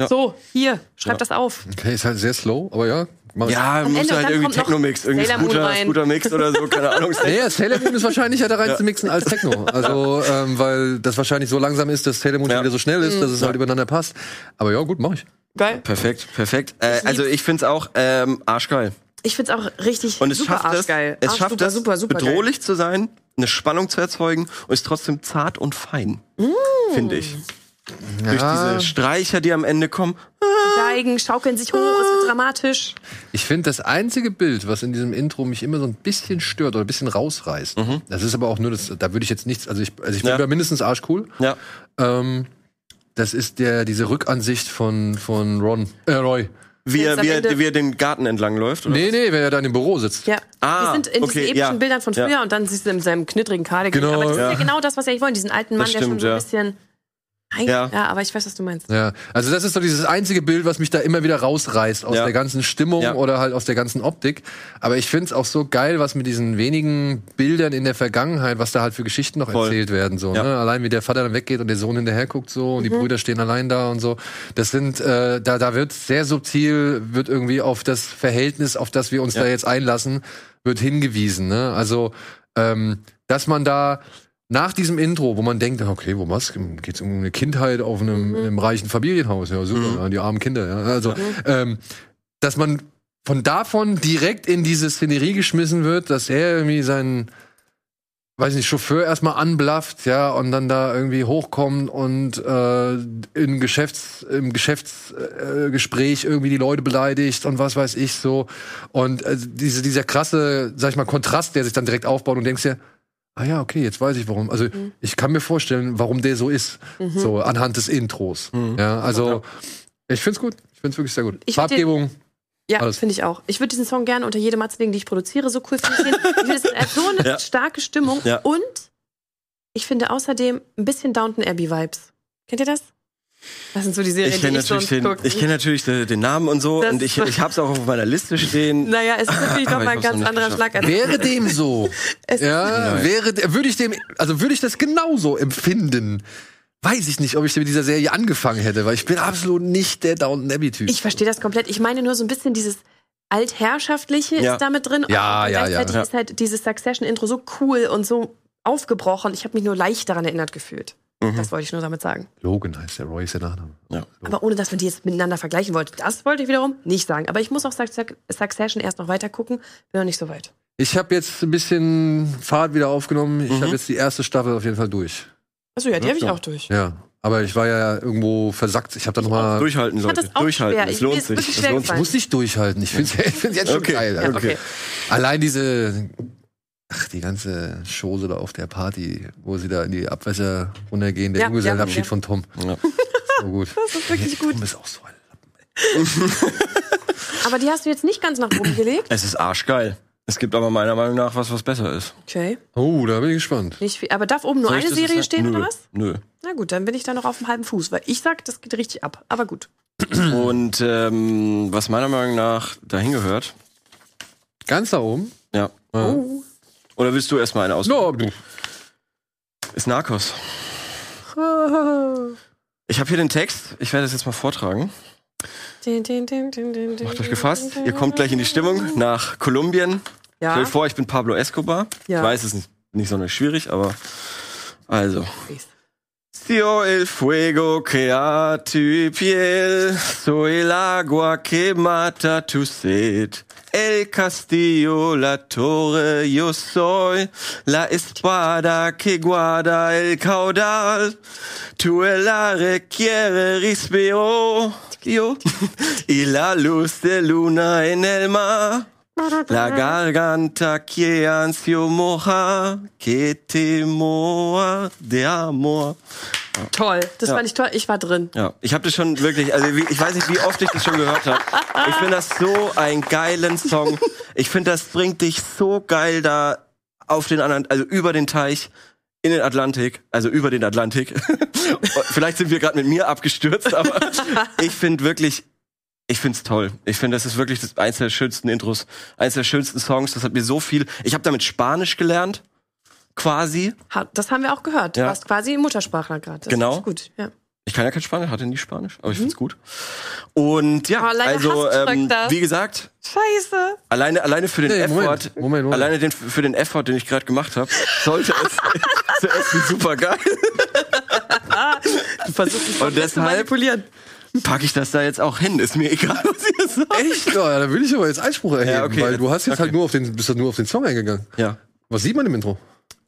Ja.
so, hier, schreib
Ja.
das auf.
Okay, ist halt sehr slow, aber ja. mach ich.
Ja, muss
Ende
halt
dann
irgendwie
kommt noch
Techno-Mix, irgendwie
Sailor Moon
Scooter,
rein.
Scooter-Mix oder so, keine *laughs* Ahnung.
Naja, Sailor Moon ist wahrscheinlich ja da rein zu mixen als Techno. Also, ähm, weil das wahrscheinlich so langsam ist, dass Sailor Moon schon
Ja.
wieder so schnell ist, dass
Mhm.
es halt übereinander passt. Aber ja, gut, mach ich.
Geil.
Perfekt, perfekt. Äh, also ich find's auch ähm, arschgeil.
Ich find's auch richtig
Und es
super
schafft es,
arschgeil.
es
Arsch,
schafft
super,
es,
super, super
bedrohlich zu sein, eine Spannung zu erzeugen und ist trotzdem zart und fein,
Mm.
finde ich. Durch diese Streicher, die am Ende kommen.
Geil. Geigen schaukeln sich hoch, es wird dramatisch.
Ich finde, das einzige Bild, was in diesem Intro mich immer so ein bisschen stört oder ein bisschen rausreißt, das ist aber auch nur das, da würde ich jetzt nichts, also ich, also ich bin
Mhm. Ja.
ja. mindestens arschcool.
Ja,
Ähm, das ist der, diese Rückansicht von, von Ron, äh, Roy.
wie
Jetzt
er,
am
wie,
Ende-
er, wie er den Garten entlang läuft. Oder?
Nee, nee, wenn er da in dem Büro sitzt.
Ja.
Ah,
wir sind in
okay,
diesen epischen
ja.
Bildern von früher
Ja.
und dann siehst du in seinem knittrigen Kardik.
Genau,
aber das
ja.
ist ja genau das, was wir eigentlich wollen. Diesen alten Mann,
Das
der schon
stimmt,
so ein
ja.
bisschen. Nein, ja.
Ja.
aber ich weiß, was du meinst.
Ja, also das ist so dieses einzige Bild, was mich da immer wieder rausreißt aus
Ja.
der ganzen Stimmung
Ja.
oder halt aus der ganzen Optik. Aber ich find's auch so geil, was mit diesen wenigen Bildern in der Vergangenheit, was da halt für Geschichten noch
Voll.
erzählt werden. So,
Ja.
ne? Allein wie der Vater dann weggeht und der Sohn hinterher guckt so und die Brüder stehen allein da und so. Das sind, äh, da, da wird sehr subtil, wird irgendwie auf das Verhältnis, auf das wir uns da jetzt einlassen, wird hingewiesen. Ne? Also, ähm, dass man da nach diesem Intro, wo man denkt, okay, wo was geht's um eine Kindheit auf einem, in einem reichen Familienhaus, ja super,
Mhm.
ja, die armen Kinder, ja. also ähm, dass man von davon direkt in diese Szenerie geschmissen wird, dass er irgendwie seinen weiß nicht, Chauffeur erstmal anblafft, ja, und dann da irgendwie hochkommt und äh, in Geschäfts, im Geschäftsgespräch äh, Gespräch irgendwie die Leute beleidigt und was weiß ich so. Und äh, diese, dieser krasse, sag ich mal, Kontrast, der sich dann direkt aufbaut und denkst dir, ah ja, okay, jetzt weiß ich warum. Also ich kann mir vorstellen, warum der so ist, so anhand des Intros. Ja, also ich find's gut. Ich find's wirklich sehr gut.
Ich find den-
Farbgebung.
Ja,
Alles.
finde ich auch. Ich würde diesen Song gerne unter jede Matze legen, die ich produziere. So cool finde ich ihn. Ich finde, es hat so
*laughs*
eine
Ja.
starke Stimmung.
Ja.
Und ich finde außerdem ein bisschen Downton Abbey-Vibes. Kennt ihr das? Das sind so die Serien,
Ich kenne
die ich
natürlich,
sonst
den,
gucke.
ich kenn natürlich den, den Namen und so
Das-
und ich, ich habe es auch auf meiner Liste
*laughs*
stehen.
Naja, es ist natürlich
*laughs* Aber ich
nochmal ein
hab's
ganz
noch nicht
anderer
geschafft.
Schlag. als-
Wäre dem so,
*laughs* Es-
ja, wäre, de- würde ich dem, also würde ich das genauso empfinden. Weiß ich nicht, ob ich mit dieser Serie angefangen hätte, weil ich bin absolut nicht der Downton Abbey Typ.
Ich verstehe das komplett. Ich meine nur so ein bisschen dieses Altherrschaftliche
Ja.
ist damit drin.
Ja, ja,
und
ja,
gleichzeitig
ja.
ist halt dieses Succession-Intro so cool und so aufgebrochen. Ich habe mich nur leicht daran erinnert gefühlt. Das wollte ich nur damit sagen.
Logan heißt der Roy ist der Nachname.
Ja.
Aber ohne, dass man die jetzt miteinander vergleichen wollte. Das wollte ich wiederum nicht sagen. Aber ich muss auch Suc- Suc- Succession erst noch weiter gucken. Bin noch nicht so weit.
Ich habe jetzt ein bisschen Fahrt wieder aufgenommen. Ich
Mhm.
habe jetzt die erste Staffel auf jeden Fall durch.
Achso, ja, die habe ich auch durch.
Ja, aber ich war ja irgendwo versackt. Ich habe da noch mal
Durchhalten,
fand
Leute.
das auch
Durchhalten.
schwer.
Es
Ich- mir
lohnt
ist
sich.
wirklich
Es
schwer
lohnt sich.
gefallen.
muss ich durchhalten. *laughs* Ich finde es jetzt schon
Okay.
geil.
Ja,
Also, Allein diese ach, die ganze Chose da auf der Party, wo sie da in die Abwässer runtergehen, der
Ja,
Junggesellenabschied
ja, ja.
von Tom.
Ja.
*laughs* So gut.
Das ist wirklich gut.
Tom ist auch so ein
Aber die hast du jetzt nicht ganz nach oben gelegt.
Es ist arschgeil. Es gibt aber meiner Meinung nach was, was besser ist.
Okay.
Oh, da bin ich gespannt.
Nicht viel. Aber darf oben nur
Soll ich
eine
das jetzt
Serie
sagen?
stehen
Nö.
oder was?
Nö.
Na gut, dann bin ich da noch auf dem halben Fuß, weil ich sag, das geht richtig ab. Aber gut.
Und ähm, was meiner Meinung nach dahin gehört,
Ganz da oben.
ja.
Oh.
Oder willst du erstmal eine aus?
No, du.
Ist Narcos.
Oh.
Ich habe hier den Text, ich werde es jetzt mal vortragen. Macht euch gefasst. Ihr kommt gleich in die Stimmung nach Kolumbien.
Ja.
Stellt vor, ich bin Pablo Escobar.
Ja.
Ich weiß, es ist nicht sonderlich schwierig, aber also.
Please.
Dio el fuego que a tu piel, soy el agua que mata tu sed. El castillo, la torre, yo soy la espada que guarda el caudal. Tu el requiere rispeo, yo, *laughs* y la luz de luna en el mar. La garganta que ansio moja, que te moa de amor.
Toll. Das
Ja.
fand ich toll. Ich war drin.
Ja, ich habe das schon wirklich, also wie, ich weiß nicht, wie oft ich das schon gehört habe. Ich finde das so einen geilen Song. Ich finde, das bringt dich so geil da auf den anderen, also über den Teich in den Atlantik, also über den Atlantik. *laughs* Vielleicht sind wir gerade mit mir abgestürzt, aber ich finde wirklich, ich find's toll. Ich finde, das ist wirklich das, eins der schönsten Intros, eins der schönsten Songs. Das hat mir so viel. Ich habe damit Spanisch gelernt, quasi.
Ha- Das haben wir auch gehört. Du
Ja.
warst quasi Muttersprachler gerade. Das
Genau.
ist Gut. Ja.
Ich kann ja kein Spanisch, hatte nie Spanisch, aber ich find's gut. Und ja,
Aber Mhm. Oh, alleine
also
Hass drückt
ähm,
das.
wie gesagt,
Scheiße.
alleine alleine für den
Nee,
Effort,
Moment, Moment, Moment.
alleine den, für den Effort, den ich gerade gemacht habe, sollte es
*laughs*
zu essen super geil. Und deshalb
Manipulieren.
packe ich das da jetzt auch hin. Ist mir egal, was ihr sagt.
Echt? Ja, da will ich aber jetzt Einspruch erheben,
Ja, okay,
weil
jetzt-
du hast jetzt
okay.
halt nur auf den, bist halt nur auf den Song eingegangen.
Ja,
Was sieht man im Intro?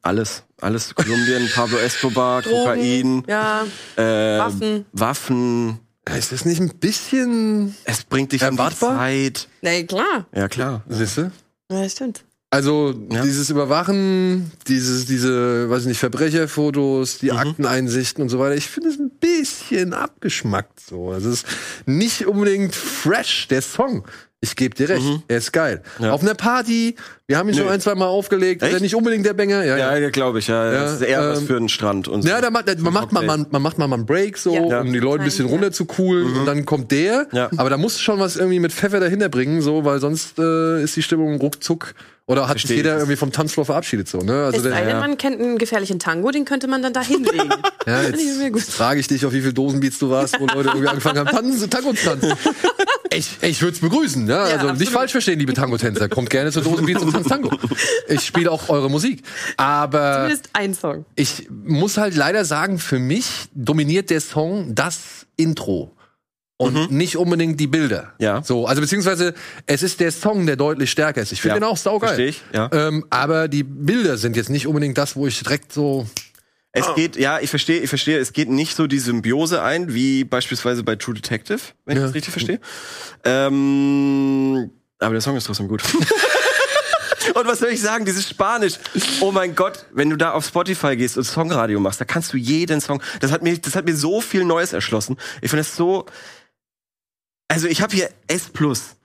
alles, alles. Kolumbien, Pablo Escobar, Kokain,
Ja.
äh,
Waffen.
Waffen.
Ist das nicht ein bisschen,
Es bringt dich
Erwartbar?
in die Zeit.
Nee, klar.
Ja klar.
siehst du?
Ja, stimmt.
Also
Ja.
dieses Überwachen, dieses, diese, weiß ich nicht, Verbrecherfotos,
Mhm.
die Akteneinsichten und so weiter, ich finde es ein bisschen abgeschmackt so. Also Es ist nicht unbedingt fresh, der Song. Ich gebe dir recht, er ist geil.
Mhm. Ja.
Auf einer Party, wir haben ihn schon
Nö.
ein, zwei Mal aufgelegt, ist
Echt?
er nicht unbedingt der Banger. Ja, ja.
Ja, ja glaube ich. Ja,
Ja,
das ist eher was
ähm,
für den Strand und.
Ja,
so.
da macht, da, man, macht mal, man, man macht mal mal einen Break so,
Ja.
um die Leute ein bisschen
Ja.
runter zu coolen und dann kommt der.
Mhm. Ja.
Aber da musst du schon was irgendwie mit Pfeffer dahinter bringen, so, weil sonst äh, ist die Stimmung ruckzuck oder hat sich
Verstehe
jeder
ich.
irgendwie vom Tanzfloor verabschiedet so. Ne? Also
Es sei
der,
denn, man kennt einen gefährlichen Tango, den könnte man dann
*laughs*
da hinlegen.
ja,
Finde ich sehr
jetzt,
gut.
jetzt frage ich dich, auf wie viel Dosenbeats du warst, wo Leute irgendwie angefangen haben, Tanzen, Tango zu
*laughs*
tanzen. Ich, ich würde es begrüßen, ja? also
absolut.
nicht falsch verstehen, liebe Tango-Tänzer. Kommt gerne zu Dosenbeats und tanzt Tango. Ich spiele auch eure Musik. Aber
Zumindest ein Song.
ich muss halt leider sagen, für mich dominiert der Song das Intro. und nicht unbedingt die Bilder.
Mhm. Ja.
So, also beziehungsweise es ist der Song, der deutlich stärker ist. Ich finde
Ja.
den auch saugeil.
Versteh ich, ja.
Ähm, aber die Bilder sind jetzt nicht unbedingt das, wo ich direkt so
Es geht, ja, ich verstehe, ich verstehe, es geht nicht so die Symbiose ein, wie beispielsweise bei True Detective, wenn ich
Ja.
das richtig verstehe. Ähm, aber der Song ist trotzdem gut. *laughs* Und was soll ich sagen? Dieses Spanisch. Oh mein Gott, wenn du da auf Spotify gehst und Songradio machst, da kannst du jeden Song. Das hat mir, das hat mir so viel Neues erschlossen. Ich finde das so. Also ich habe hier S plus.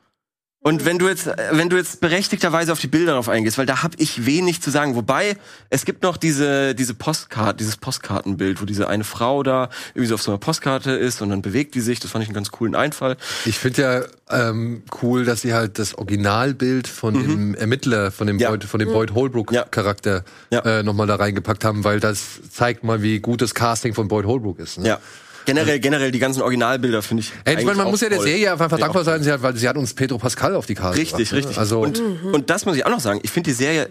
Und wenn du jetzt, äh, wenn du jetzt berechtigterweise auf die Bilder drauf eingehst, weil da habe ich wenig zu sagen. Wobei es gibt noch diese diese Postkarte, dieses Postkartenbild, wo diese eine Frau da irgendwie so auf so einer Postkarte ist und dann bewegt die sich. Das fand ich einen ganz coolen Einfall.
Ich finde ja ähm, cool, dass sie halt das Originalbild von dem Ermittler, von dem
Mhm. Ja.
Boyd, von dem Boyd Holbrook
Ja.
Charakter
Ja.
äh, nochmal da reingepackt haben, weil das zeigt mal, wie gut das Casting von Boyd Holbrook ist. Ne?
Ja. Generell, generell die ganzen Originalbilder finde ich.
Ey, ich meine,
eigentlich
man
auch
muss ja der
toll.
Serie einfach
Ja,
dankbar sein, sie hat, weil sie hat uns Pedro Pascal auf die Karte
Richtig,
gebracht. ne?
richtig.
Also *laughs*
und, und das muss ich auch noch sagen. Ich finde, die Serie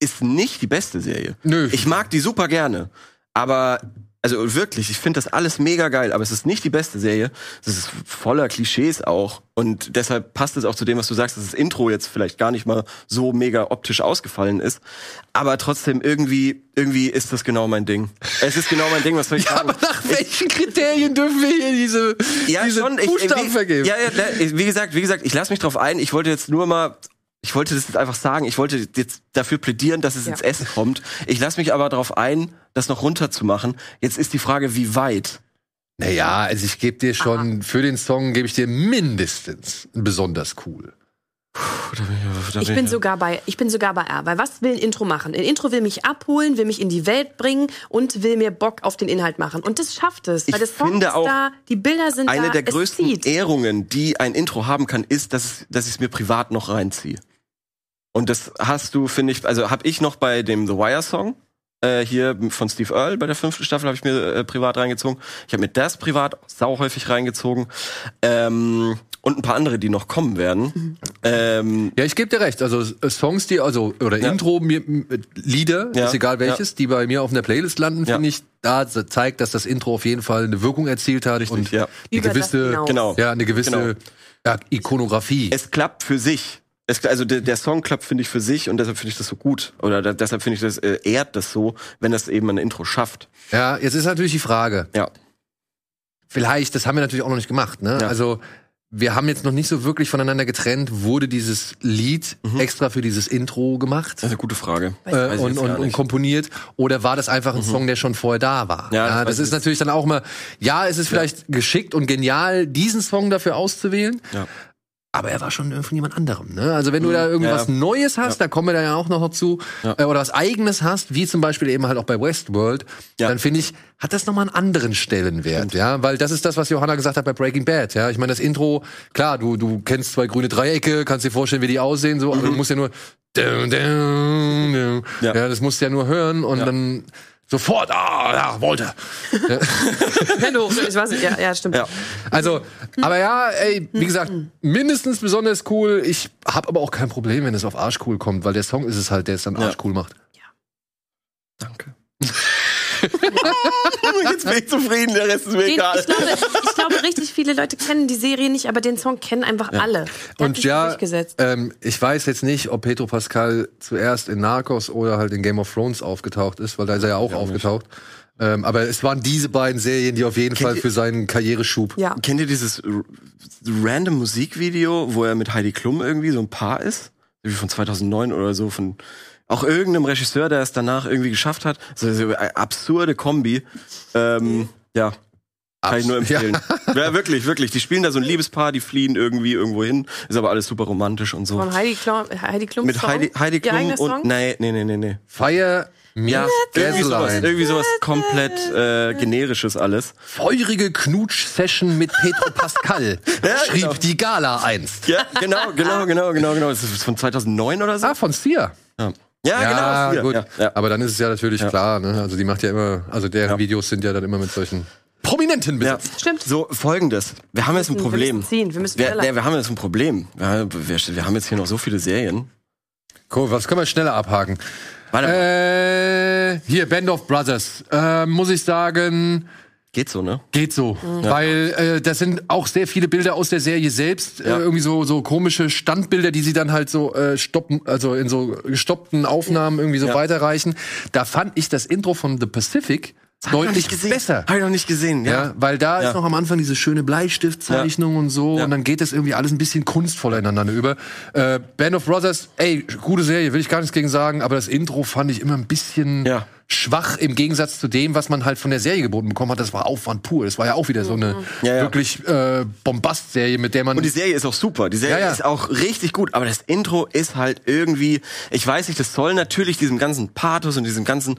ist nicht die beste Serie.
Nö.
Ich mag die super gerne. Aber, also wirklich, ich finde das alles mega geil. Aber es ist nicht die beste Serie. Es ist voller Klischees auch. Und deshalb passt es auch zu dem, was du sagst, dass das Intro jetzt vielleicht gar nicht mal so mega optisch ausgefallen ist. Aber trotzdem irgendwie, irgendwie ist das genau mein Ding. Es ist genau mein Ding, was soll ich sagen?
nach welchen Kriterien dürfen wir hier diese, diese Buchstaben
äh, wie,
vergeben?
Ja, ja, ne, ich- wie gesagt, wie gesagt, ich lasse mich drauf ein. Ich wollte jetzt nur mal, ich wollte das jetzt einfach sagen. Ich wollte jetzt dafür plädieren, dass es
Ja.
ins Essen kommt. Ich lasse mich aber drauf ein, das noch runterzumachen. Jetzt ist die Frage, wie weit?
Naja, also ich gebe dir schon, für den Song gebe ich dir mindestens ein besonders cool.
Ich bin sogar bei, ich bin sogar bei R, weil was will ein Intro machen? Ein Intro will mich abholen, will mich in die Welt bringen und will mir Bock auf den Inhalt machen. Und das schafft es, weil
Ich
das Song
finde
ist
auch,
da, die Bilder sind
eine
da,
der
es
größten
zieht.
Ehrungen, die ein Intro haben kann, ist, dass, es- dass ich es mir privat noch reinziehe. Und das hast du, finde ich, also habe ich noch bei dem The Wire Song äh, hier von Steve Earle bei der fünften Staffel habe ich mir äh, privat reingezogen. Ich habe mir das privat sau häufig reingezogen ähm, und ein paar andere, die noch kommen
Mhm.
werden. Ähm,
Ja, ich geb dir recht. Also äh, Songs, die, also, oder
Ja.
Intro, mir, m- äh, Lieder,
Ja.
ist egal welches, die bei mir auf einer Playlist landen,
Ja.
finde ich, da ze- zeigt, dass das Intro auf jeden Fall eine Wirkung erzielt hat und
ja.
eine
Über das
gewisse,
hinaus. *laughs*
Genau.
ja, eine gewisse
Genau.
ja, Ikonografie.
es klappt für sich. Es, also der, der Song klappt, finde ich, für sich und deshalb finde ich das so gut. Oder da, deshalb finde ich das, äh, ehrt das so, wenn das eben ein Intro schafft.
ja, jetzt ist natürlich die Frage,
Ja.
vielleicht, das haben wir natürlich auch noch nicht gemacht, ne?
Ja.
Also, wir haben jetzt noch nicht so wirklich voneinander getrennt, wurde dieses Lied extra für dieses Intro gemacht?
Das ist eine gute Frage. Mhm. Weiß
äh,
ich
und,
jetzt gar
und, und
nicht. Mhm.
komponiert oder war das einfach ein Song, der schon vorher da war?
Ja,
Ja,
das weiß
das
ich
ist
nicht.
natürlich dann auch immer, ja, es ist vielleicht geschickt und genial, diesen Song dafür auszuwählen.
Ja. Mhm.
Aber er war schon von jemand anderem. Ne? Also wenn du da irgendwas
Ja.
Neues hast, da kommen wir da ja auch noch dazu, äh, oder was Eigenes hast, wie zum Beispiel eben halt auch bei Westworld,
Ja.
dann finde ich, hat das nochmal einen anderen Stellenwert. Ja? Weil das ist das, was Johanna gesagt hat bei Breaking Bad. Ja? Ich meine, das Intro, klar, du, du kennst zwei grüne Dreiecke, kannst dir vorstellen, wie die aussehen, so, aber du musst ja nur dum, dum, dum.
Ja.
Mhm. Ja. das musst du ja nur hören und dann sofort, ah, ja, *laughs* wollte.
Hello. Ich weiß nicht, ja, ja,
*laughs*
stimmt.
Ja.
Also,
Mhm.
aber ja, ey, wie gesagt, mindestens besonders cool. Ich habe aber auch kein Problem, wenn es auf arschcool kommt, weil der Song ist es halt, der es dann arschcool macht.
Danke. Jetzt bin ich zufrieden, der Rest ist mir
Den,
egal.
ich, glaube, ich glaube, richtig viele Leute kennen die Serie nicht, aber den Song kennen einfach alle. Der hat
Und
sich
ja,
durchgesetzt.
ähm, ich weiß jetzt nicht, ob Pedro Pascal zuerst in Narcos oder halt in Game of Thrones aufgetaucht ist, weil da ist er ja auch aufgetaucht. Ähm, aber es waren diese beiden Serien, die auf jeden Fall für seinen Karriereschub.
Ja.
Kennt ihr dieses r- random Musikvideo, wo er mit Heidi Klum irgendwie so ein Paar ist? Irgendwie von 2009 oder so, von auch irgendeinem Regisseur, der es danach irgendwie geschafft hat. So, so eine absurde Kombi.
Mhm.
Ähm, ja. Kann ich nur
Abs- ja.
empfehlen. *laughs* Ja. wirklich, wirklich. Die spielen da so ein Liebespaar, die fliehen irgendwie irgendwo hin. Ist aber alles super romantisch und so.
Von Heidi Klum, Heidi Klum
Mit
Song.
Heidi, Heidi
Ihr
Klum
eigener
und.
Song?
Nee, nee, nee, nee, nee.
Fire Me
Ja, irgendwie sowas,
Gasoline.
irgendwie sowas komplett äh, generisches alles.
Feurige Knutsch-Session mit
*laughs*
Pedro Pascal
Ja,
schrieb
genau.
die Gala einst.
Ja, *laughs* genau, genau, genau, genau, genau. Das ist von 2009 oder so.
Ah, von Sia.
Ja, ja,
Ja,
genau.
gut.
Ja, ja.
Aber dann ist es ja natürlich klar, ne? Also die macht ja immer, also deren Videos sind ja dann immer mit solchen Prominenten
Ja.
besetzt.
Stimmt.
So, folgendes. Wir haben jetzt ein
müssen- wir
Problem.
müssen ziehen, wir müssen
wir,
schneller.
nee, wir haben jetzt ein Problem. Wir, haben- wir, wir haben jetzt hier noch so viele Serien.
Cool, was können wir schneller abhaken?
Warte mal.
Äh, hier, Band of Brothers. Äh, muss ich Ähm, sagen,
Geht so, ne?
Geht so, weil äh, das sind auch sehr viele Bilder aus der Serie selbst,
Ja.
äh, irgendwie so so komische Standbilder, die sie dann halt so äh, stoppen, also in so gestoppten Aufnahmen irgendwie so
Ja.
weiterreichen. Da fand ich das Intro von The Pacific deutlich besser.
Habe ich noch nicht gesehen, ja.
Ja, weil da
Ja.
ist noch am Anfang diese schöne Bleistiftzeichnung und so
Ja.
und dann geht es irgendwie alles ein bisschen kunstvoller ineinander über. Äh, Band of Brothers, ey, gute Serie, will ich gar nichts gegen sagen, aber das Intro fand ich immer ein bisschen
Ja.
schwach im Gegensatz zu dem, was man halt von der Serie geboten bekommen hat. Das war Aufwand pur. Das war ja auch wieder so eine
Mhm. Ja, ja.
wirklich äh, Bombast-Serie, mit der man
Und die Serie ist auch super. Die Serie
Ja, ja.
ist auch richtig gut. Aber das Intro ist halt irgendwie, ich weiß nicht, das soll natürlich diesem ganzen Pathos und diesem ganzen,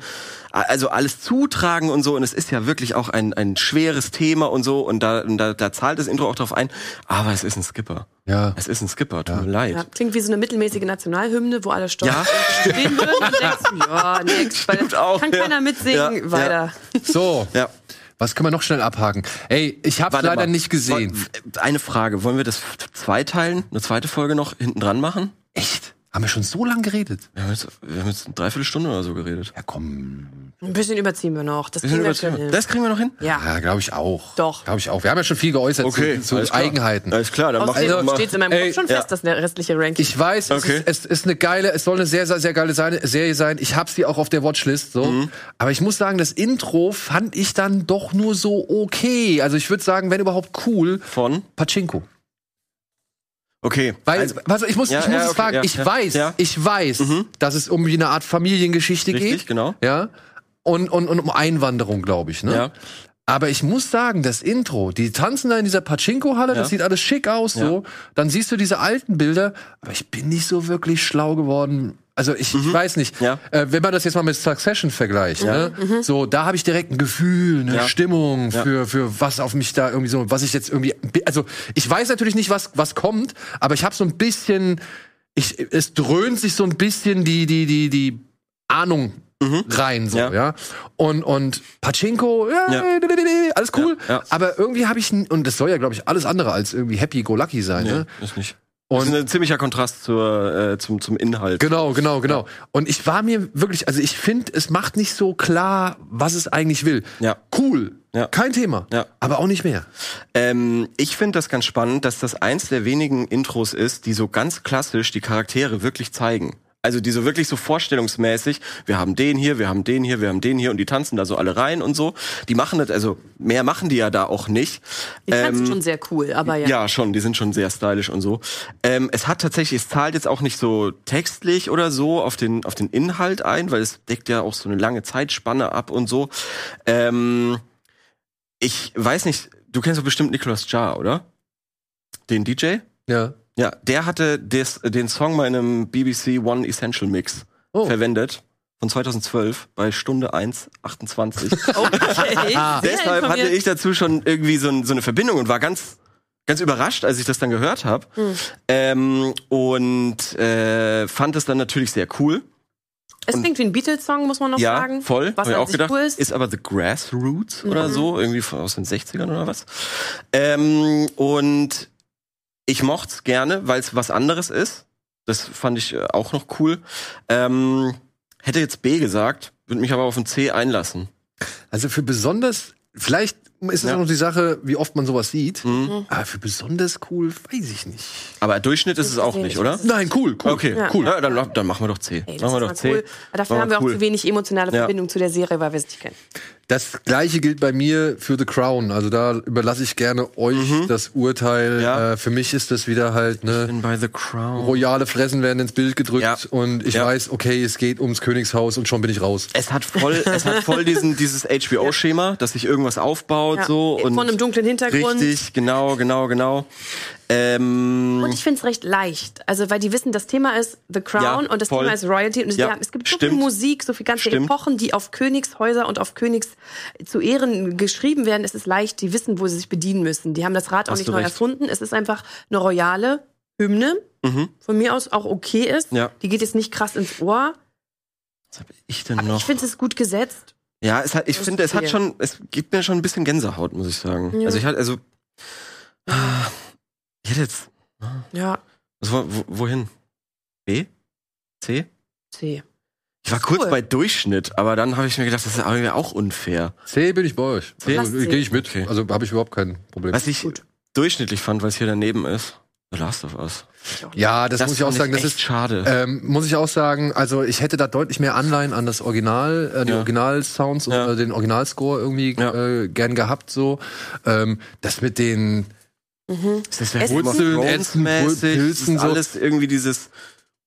also alles zutragen und so. Und es ist ja wirklich auch ein, ein schweres Thema und so. Und da, und da, da zahlt das Intro auch drauf ein. Aber es ist ein Skipper.
Ja.
Es ist ein Skipper. Tut mir leid.
Ja, klingt wie so eine mittelmäßige Nationalhymne, wo alle stolz
Ja.
stehen würden
*laughs*
und denken, ja, nix, weil
Stimmt auch,
kann
ja.
keiner mitsingen,
Ja,
weiter.
so.
Ja.
Was können wir noch schnell abhaken? Ey, ich hab's
Warte
leider
mal.
nicht gesehen.
Woll- Eine Frage. Wollen wir das zweiteilen? Eine zweite Folge noch hinten dran machen?
Echt? Haben wir schon so lange geredet?
Wir haben jetzt, wir haben jetzt eine Dreiviertelstunde oder so geredet.
Ja, komm.
Ein bisschen überziehen wir noch. Das
Wir sind
kriegen wir
überziehen.
schon hin.
Das kriegen wir noch hin?
ja.
Ja, glaube ich auch.
Doch.
Glaube ich auch. Wir haben ja schon viel geäußert
Okay,
zu,
alles
zu
klar.
Eigenheiten.
Alles klar, dann machen wir
Außerdem
mal.
steht in meinem Kopf
Ey,
schon
ja.
fest, dass der restliche Ranking.
Ich weiß,
Okay.
es, ist, es ist eine geile, es soll eine sehr, sehr, sehr geile Seine- Serie sein. Ich hab sie auch auf der Watchlist, so.
Mhm.
Aber ich muss sagen, das Intro fand ich dann doch nur so okay. Also ich würde sagen, wenn überhaupt cool,
Von?
Pachinko.
Okay.
Weil,
Also-
also ich muss,
Ja,
ich muss
ja,
es
okay,
fragen,
ja,
ich
ja,
weiß,
ja. Mhm.
ich weiß, dass es um eine Art Familiengeschichte
Richtig,
geht.
genau.
Ja. Und, und, und um Einwanderung, glaube ich, ne?
Ja.
Aber ich muss sagen, das Intro, die tanzen da in dieser Pachinko-Halle, das sieht alles schick aus, so. Dann siehst du diese alten Bilder, aber ich bin nicht so wirklich schlau geworden. Also ich, ich weiß nicht,
Ja.
äh, wenn man das jetzt mal mit Succession vergleicht, ne? so da habe ich direkt ein Gefühl, eine
Mhm. Ja.
Stimmung für für was auf mich da irgendwie so, was ich jetzt irgendwie, also ich weiß natürlich nicht, was was kommt, aber ich habe so ein bisschen, ich es dröhnt sich so ein bisschen die die die die Ahnung rein so, ja.
Mhm. Ja.
Und und Pachinko, ja,
Ja.
didididi, alles cool,
Ja, ja.
aber irgendwie habe ich n- und das soll ja glaube ich alles andere als irgendwie happy go lucky sein,
Nee,
ne?
ist nicht. das
Und
ist ein ziemlicher Kontrast zur, äh, zum, zum Inhalt.
Genau, genau, genau. Und ich war mir wirklich, also ich finde, es macht nicht so klar, was es eigentlich will.
Ja.
Cool.
Ja.
Kein Thema.
Ja.
Aber auch nicht mehr.
Ähm, ich finde das ganz spannend, dass das eins der wenigen Intros ist, die so ganz klassisch die Charaktere wirklich zeigen. Also die so wirklich so vorstellungsmäßig, wir haben den hier, wir haben den hier, wir haben den hier und die tanzen da so alle rein und so. Die machen das, also mehr machen die ja da auch nicht. Ähm,
Ich fand's schon sehr cool, aber ja.
Ja, schon, die sind schon sehr stylisch und so. Ähm, es hat tatsächlich, es zahlt jetzt auch nicht so textlich oder so auf den, auf den Inhalt ein, weil es deckt ja auch so eine lange Zeitspanne ab und so. Ähm, ich weiß nicht, du kennst doch bestimmt Nicolas Jar, oder? Den DJ?
Ja.
Ja, der hatte des, den Song mal in einem BBC One Essential Mix
Oh.
verwendet. Von 2012 bei Stunde 1, 28. *laughs*
Okay. Sehr
Deshalb hatte
Ah. informiert.
ich dazu schon irgendwie so, ein, so eine Verbindung und war ganz, ganz überrascht, als ich das dann gehört habe.
Hm.
Ähm, und äh, fand es dann natürlich sehr cool.
Es klingt wie ein Beatles-Song, muss man noch
ja,
sagen.
voll.
Was
hab ich
an
auch
sich Mhm.
gedacht.
cool
ist.
ist.
aber The Grassroots oder so, irgendwie von- aus den 60ern oder was. Ähm, und ich mocht's gerne, weil es was anderes ist. Das fand ich äh, auch noch cool. Ähm, hätte jetzt B gesagt, würde mich aber auf ein C einlassen.
Also für besonders, vielleicht ist es
Ja. Mhm.
auch noch die Sache, wie oft man sowas sieht. Aber für besonders cool, weiß ich nicht.
Aber Durchschnitt ist es auch
gesehen,
nicht,
ich
oder?
hab's
Nein, cool, cool.
Okay,
Ja.
cool. Ja, dann, dann machen wir doch C.
Ey, das
machen wir
ist
doch C.
mal cool. Aber Dafür
Machen
haben wir
cool.
auch zu wenig emotionale
Ja.
Verbindung zu der Serie, weil wir es nicht kennen.
Das gleiche gilt bei mir für The Crown. Also da überlasse ich gerne euch das Urteil.
Mhm. Ja.
Äh, für mich ist das wieder halt,
Ich
ne?
bin bei The Crown.
Royale Fressen werden ins Bild gedrückt
Ja.
und ich
Ja.
weiß, okay, es geht ums Königshaus und schon bin ich raus.
Es hat voll, es hat voll diesen, dieses HBO-Schema, dass sich irgendwas aufbaut,
Ja.
so. Und
Von einem dunklen Hintergrund.
Richtig, genau, genau, genau. Ähm,
Und ich finde es recht leicht. Also, weil die wissen, das Thema ist The Crown
Ja,
und das
voll.
Thema ist Royalty. Und es-
Ja,
ja, es gibt so
stimmt.
viel Musik, so viel ganze
Stimmt.
Epochen, die auf Königshäuser und auf Königs äh, zu Ehren geschrieben werden. Es ist leicht, die wissen, wo sie sich bedienen müssen. Die haben das Rad auch
Hast
nicht
du
neu
recht.
erfunden. Es ist einfach eine royale Hymne. Von mir aus auch okay ist.
mhm, Ja.
Die geht jetzt nicht krass ins Ohr.
was hab ich denn noch?
Ich finde es ist gut gesetzt.
ja, es hat, ich finde, es hat
viel.
schon, es gibt mir schon ein bisschen Gänsehaut, muss ich sagen.
Ja.
Also ich hatte, also, Ah. ich hätte jetzt, also
Ja,
was, wo, wohin? B? C?
C.
Ich Ich war kurz
Cool.
bei Durchschnitt, aber dann habe ich mir gedacht, das ist irgendwie auch unfair.
C bin ich bei euch.
C?
Also, Gehe ich mit.
Okay.
Also habe ich überhaupt kein Problem.
Was ich durchschnittlich fand, was hier daneben ist, The Last of Us.
Ja, das, muss ich auch
fand
sagen, das
echt
ist
schade.
Ähm, muss ich auch sagen, also ich hätte da deutlich mehr Anleihen an das Original, äh, die
Ja.
Original-Sounds
Ja.
oder den Originalscore irgendwie
Ja.
äh, gern gehabt. So, ähm, das mit den
Ist das wäre
Essen-
Wurzeln, Essen,
mäßig
Pilzen,
ist
so.
alles irgendwie dieses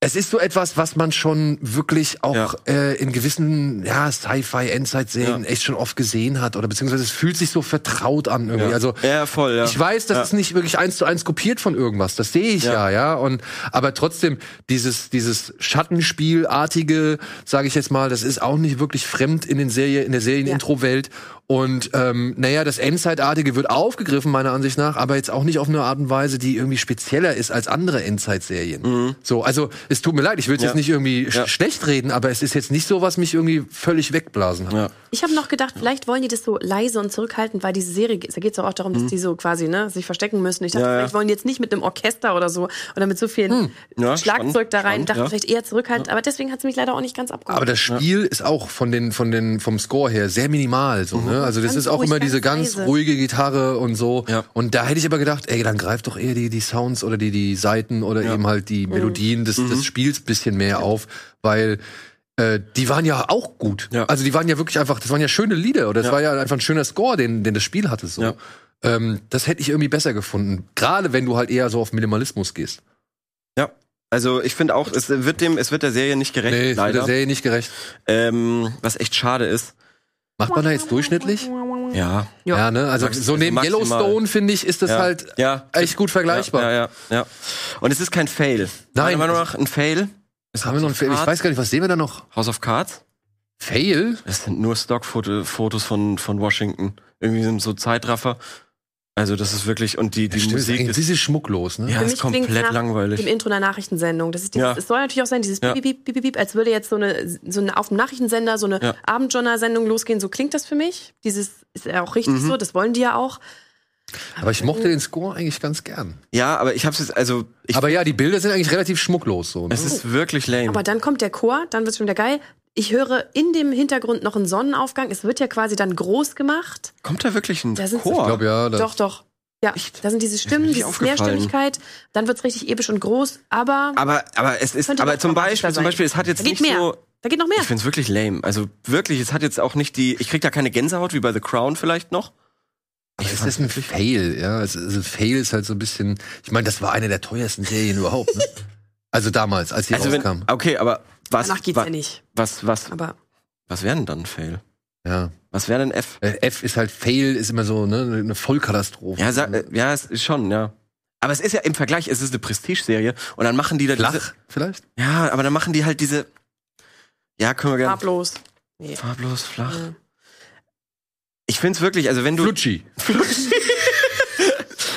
Es ist so etwas, was man schon wirklich auch
Ja.
äh, in gewissen ja, Sci-Fi-Endzeit-Serien
Ja.
echt schon oft gesehen hat. Oder beziehungsweise es fühlt sich so vertraut an irgendwie. Also
ja, voll, ja.
ich weiß, das
Ja.
ist nicht wirklich eins zu eins kopiert von irgendwas. Das sehe ich ja. ja,
Ja.
Und aber trotzdem dieses dieses Schattenspielartige, sage ich jetzt mal, das ist auch nicht wirklich fremd in den Serie in der Serienintro-Welt. Und ähm, naja, das Endzeitartige wird aufgegriffen meiner Ansicht nach, aber jetzt auch nicht auf eine Art und Weise, die irgendwie spezieller ist als andere Endzeit-Serien. So, also es tut mir leid, ich will es
Mhm. Ja.
jetzt nicht irgendwie sch-
Ja.
schlecht reden, aber es ist jetzt nicht so, was mich irgendwie völlig wegblasen hat.
Ja.
Ich habe noch gedacht, vielleicht wollen die das so leise und zurückhaltend, weil diese Serie, da geht es auch darum, dass die so quasi ne, sich verstecken müssen. Ich dachte,
Mhm. Ja, ja.
vielleicht wollen die jetzt nicht mit einem Orchester oder so oder mit so viel
Ja,
Schlagzeug
spannend,
da rein.
spannend,
dachte
ja.
vielleicht eher zurückhaltend, aber deswegen hat es mich leider auch nicht ganz abgeholt.
Aber das Spiel ist auch von den, von den, vom Score her sehr minimal, so,
Mhm.
ne? Also, das
Ganz
ist auch
ruhig,
immer diese
ganz
ganz
leise.
ruhige Gitarre und so.
Ja.
Und da hätte ich aber gedacht, ey, dann greift doch eher die, die Sounds oder die, die Saiten oder eben halt die
Mhm.
Melodien des, des Spiels bisschen mehr auf, weil, äh, die waren ja auch gut.
Ja.
Also die waren ja wirklich einfach, das waren ja schöne Lieder oder das
Ja.
war ja einfach ein schöner Score, den, den das Spiel hatte so.
Ja.
Ähm, das hätte ich irgendwie besser gefunden. Gerade wenn du halt eher so auf Minimalismus gehst.
ja. Also ich finde auch, es wird dem, es wird der Serie nicht gerecht,
Nee, ist mit der
leider.
Serie nicht gerecht.
Ähm, was echt schade ist.
Macht man da jetzt durchschnittlich?
Ja.
Ja.
Ja, ne? Also
Max-
so neben
maximal.
Yellowstone, finde ich, ist das
ja.
halt
ja.
echt gut vergleichbar.
Ja, ja, ja. Und es ist kein Fail.
Nein.
Meiner Meinung nach ein Fail.
Was haben wir noch? Ein Fail? Ich weiß gar nicht, was sehen wir da noch?
House of Cards.
Fail?
Es sind nur Stockfotos von, von Washington. Irgendwie sind so Zeitraffer. Also das ist wirklich, und die, die
Stimmt, ist
Musik
eigentlich ein
ist,
bisschen schmucklos, ne?
ja,
Für
ist
mich klingt's
komplett
nach Dem
langweilig.
Intro einer Nachrichtensendung. Das ist dieses,
Ja.
Es soll natürlich auch sein, dieses
Ja.
Piep, Piep, Piep, Piep, Piep, als würde jetzt so eine, so eine auf dem Nachrichtensender so eine
Ja.
Abendjournal-Sendung losgehen. So klingt das für mich. Dieses ist ja auch
Mhm.
richtig so, das wollen die ja auch.
Aber ich mochte den Score eigentlich ganz gern.
Ja, aber ich hab's jetzt, also ich,
Aber ja, die Bilder sind eigentlich relativ schmucklos so. Ne?
es ist wirklich lame.
oh. Aber dann kommt der Chor, dann wird's schon wieder geil. Ich höre in dem Hintergrund noch einen Sonnenaufgang. Es wird ja quasi dann groß gemacht.
Kommt da wirklich ein
Da sind-
Chor?
ich glaube ja, das
doch, doch. Ja, da sind diese Stimmen,
nicht
diese
aufgefallen.
Mehrstimmigkeit. Dann wird's richtig episch und groß. Aber
Aber, aber es ist,
Könnte
aber
doch
zum
dramatischer
Beispiel, zum
sein.
Beispiel, es hat jetzt
da geht
nicht
mehr.
so,
da geht noch mehr.
ich find's wirklich lame. Also wirklich, es hat jetzt auch nicht die, ich krieg da keine Gänsehaut wie bei The Crown vielleicht noch.
Aber ist das ein Fail, ja? Es- Also Fail ist halt so ein bisschen. Ich meine, das war eine der teuersten Serien *laughs* überhaupt, ne? Also damals, als die
Also
rauskam.
wenn, okay, aber was,
Danach geht's
wa,
ja nicht.
was, was,
Aber
was wäre denn dann ein Fail?
ja.
Was wäre denn F?
Äh, F ist halt Fail, ist immer so, ne? Eine Vollkatastrophe.
Ja, sag, äh, ja, es ist schon, ja. Aber es ist ja im Vergleich, es ist eine Prestige-Serie und dann machen die da diese,
Flach, vielleicht?
ja, aber dann machen die halt diese, ja, können wir gerne,
farblos. Nee.
farblos, flach.
Ja.
Ich find's wirklich, also wenn du,
Flutschi.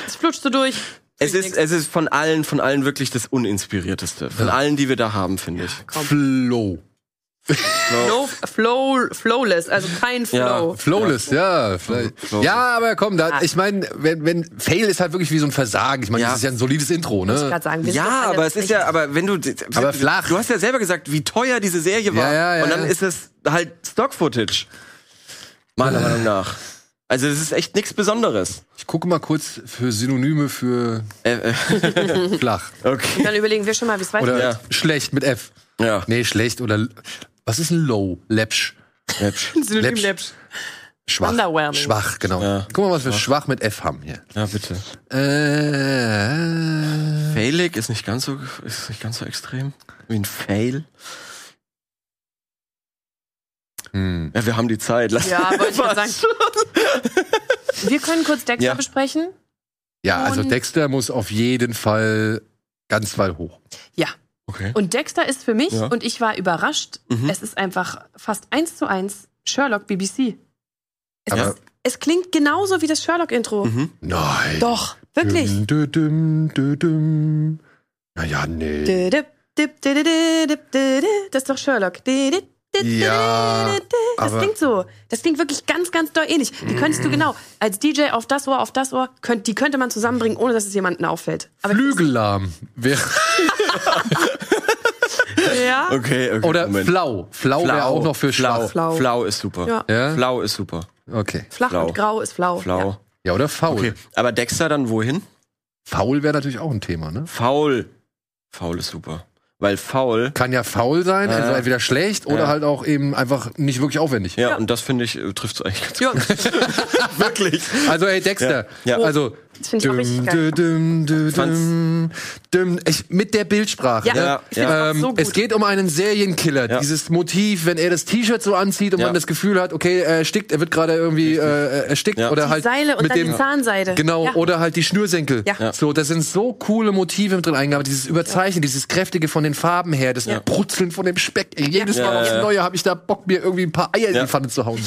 Es flutscht so durch.
es
Bringt
ist, es ist von allen, von allen wirklich das uninspirierteste. Von
Ja.
allen, die wir da haben, finde ich.
Komm.
Flow.
No flow, flowless, also kein
Ja.
Flow.
Flawless, ja. vielleicht.
Flawless.
Ja, aber komm, da,
Ah.
ich meine, wenn, wenn Fail ist halt wirklich wie so ein Versagen. Ich meine,
Ja.
das ist ja ein solides Intro,
Ich
ne?
grad sagen, wir sind doch
Ja,
alle
aber es ist ja, aber wenn du.
Aber flach.
Du hast ja selber gesagt, wie teuer diese Serie war.
Ja, ja, ja,
und dann
ja.
ist es halt Stock-Footage. Meiner Meinung nach. Also, das ist echt nichts Besonderes.
Ich gucke mal kurz für Synonyme für
Äh, äh,
Mhm.
flach.
okay.
Dann überlegen wir schon mal, wie es
Oder
weitergeht.
Ja.
schlecht mit F.
Ja.
Nee, schlecht oder. l- Was ist ein Low? Läppsch.
Läppsch.
Synonym
Läppsch.
Läppsch.
Schwach.
Underwhelming.
Schwach, genau.
Ja.
Guck mal, was wir schwach mit F haben hier.
Ja, bitte.
Äh,
Failig ist nicht ganz so, ist nicht ganz so extrem. Wie ein Fail.
hm.
Ja, wir haben die Zeit. Lass
Ja, wollte ich
*laughs*
gerade
Was?
sagen. Wir können kurz Dexter
Ja.
besprechen.
Ja, also
Und-
Dexter muss auf jeden Fall ganz weit hoch.
Ja.
Okay.
Und Dexter ist für mich,
Ja.
und ich war überrascht,
Mhm.
es ist einfach fast eins zu eins Sherlock BBC. Es,
Aber-
ist, es klingt genauso wie das Sherlock-Intro.
Mhm.
Nein.
Doch, wirklich.
Düm, düm, düm, düm. Naja, nee.
Dip, dip, dip, dip, dip, dip, dip. Das ist doch Sherlock. Dip, dip, dip,
Ja,
dip, dip. Das
aber-
klingt so. Das klingt wirklich ganz, ganz doll ähnlich. Die könntest du genau als DJ auf das Ohr, auf das Ohr, könnt, die könnte
*laughs*
man zusammenbringen, ohne dass es jemandem auffällt. Aber
Flügellahm. Wer-
Ja.
Okay, okay.
Oder
Moment.
Flau. Flau wäre auch noch für
Flau.
schlau.
Flau.
Flau.
Flau ist super.
Ja.
Ja?
Flau ist super.
Okay.
Flach
Flau.
und grau ist flau.
Flau.
Ja.
Ja, oder faul.
Okay. Aber Dexter dann wohin?
Faul wäre natürlich auch ein Thema, ne?
Faul. Faul ist super. Weil faul.
Kann ja faul sein,
Ja.
also entweder schlecht oder
Ja.
halt auch eben einfach nicht wirklich aufwendig.
Ja, und das finde ich, trifft es eigentlich ganz
Ja,
gut. Wirklich.
*laughs* Also, hey, Dexter.
Ja. Ja.
Also.
das finde ich auch richtig geil.
düm, düm, düm,
fand's-
düm, düm. Ich, mit der Bildsprache.
Ja,
ne?
Ja,
ich finde
ja.
das auch
Ähm,
so gut.
Es geht um einen Serienkiller.
Ja.
Dieses Motiv, wenn er das T-Shirt so anzieht und
Ja.
man das Gefühl hat, okay, er erstickt, er wird gerade irgendwie äh, erstickt
Ja.
oder
die
halt
Seile und
mit
dann
dem
die Zahnseide.
Genau,
ja.
oder halt die Schnürsenkel.
Ja. Ja.
So, das sind so coole Motive mit drin eingearbeitet. Dieses Überzeichnen, dieses Kräftige von den Farben her, das Brutzeln von dem Speck. Ey, jedes
Ja,
Mal
ja,
aufs
ja.
Neue habe ich da Bock, mir irgendwie ein paar Eier in
Ja.
die Pfanne zu
*laughs*
hauen.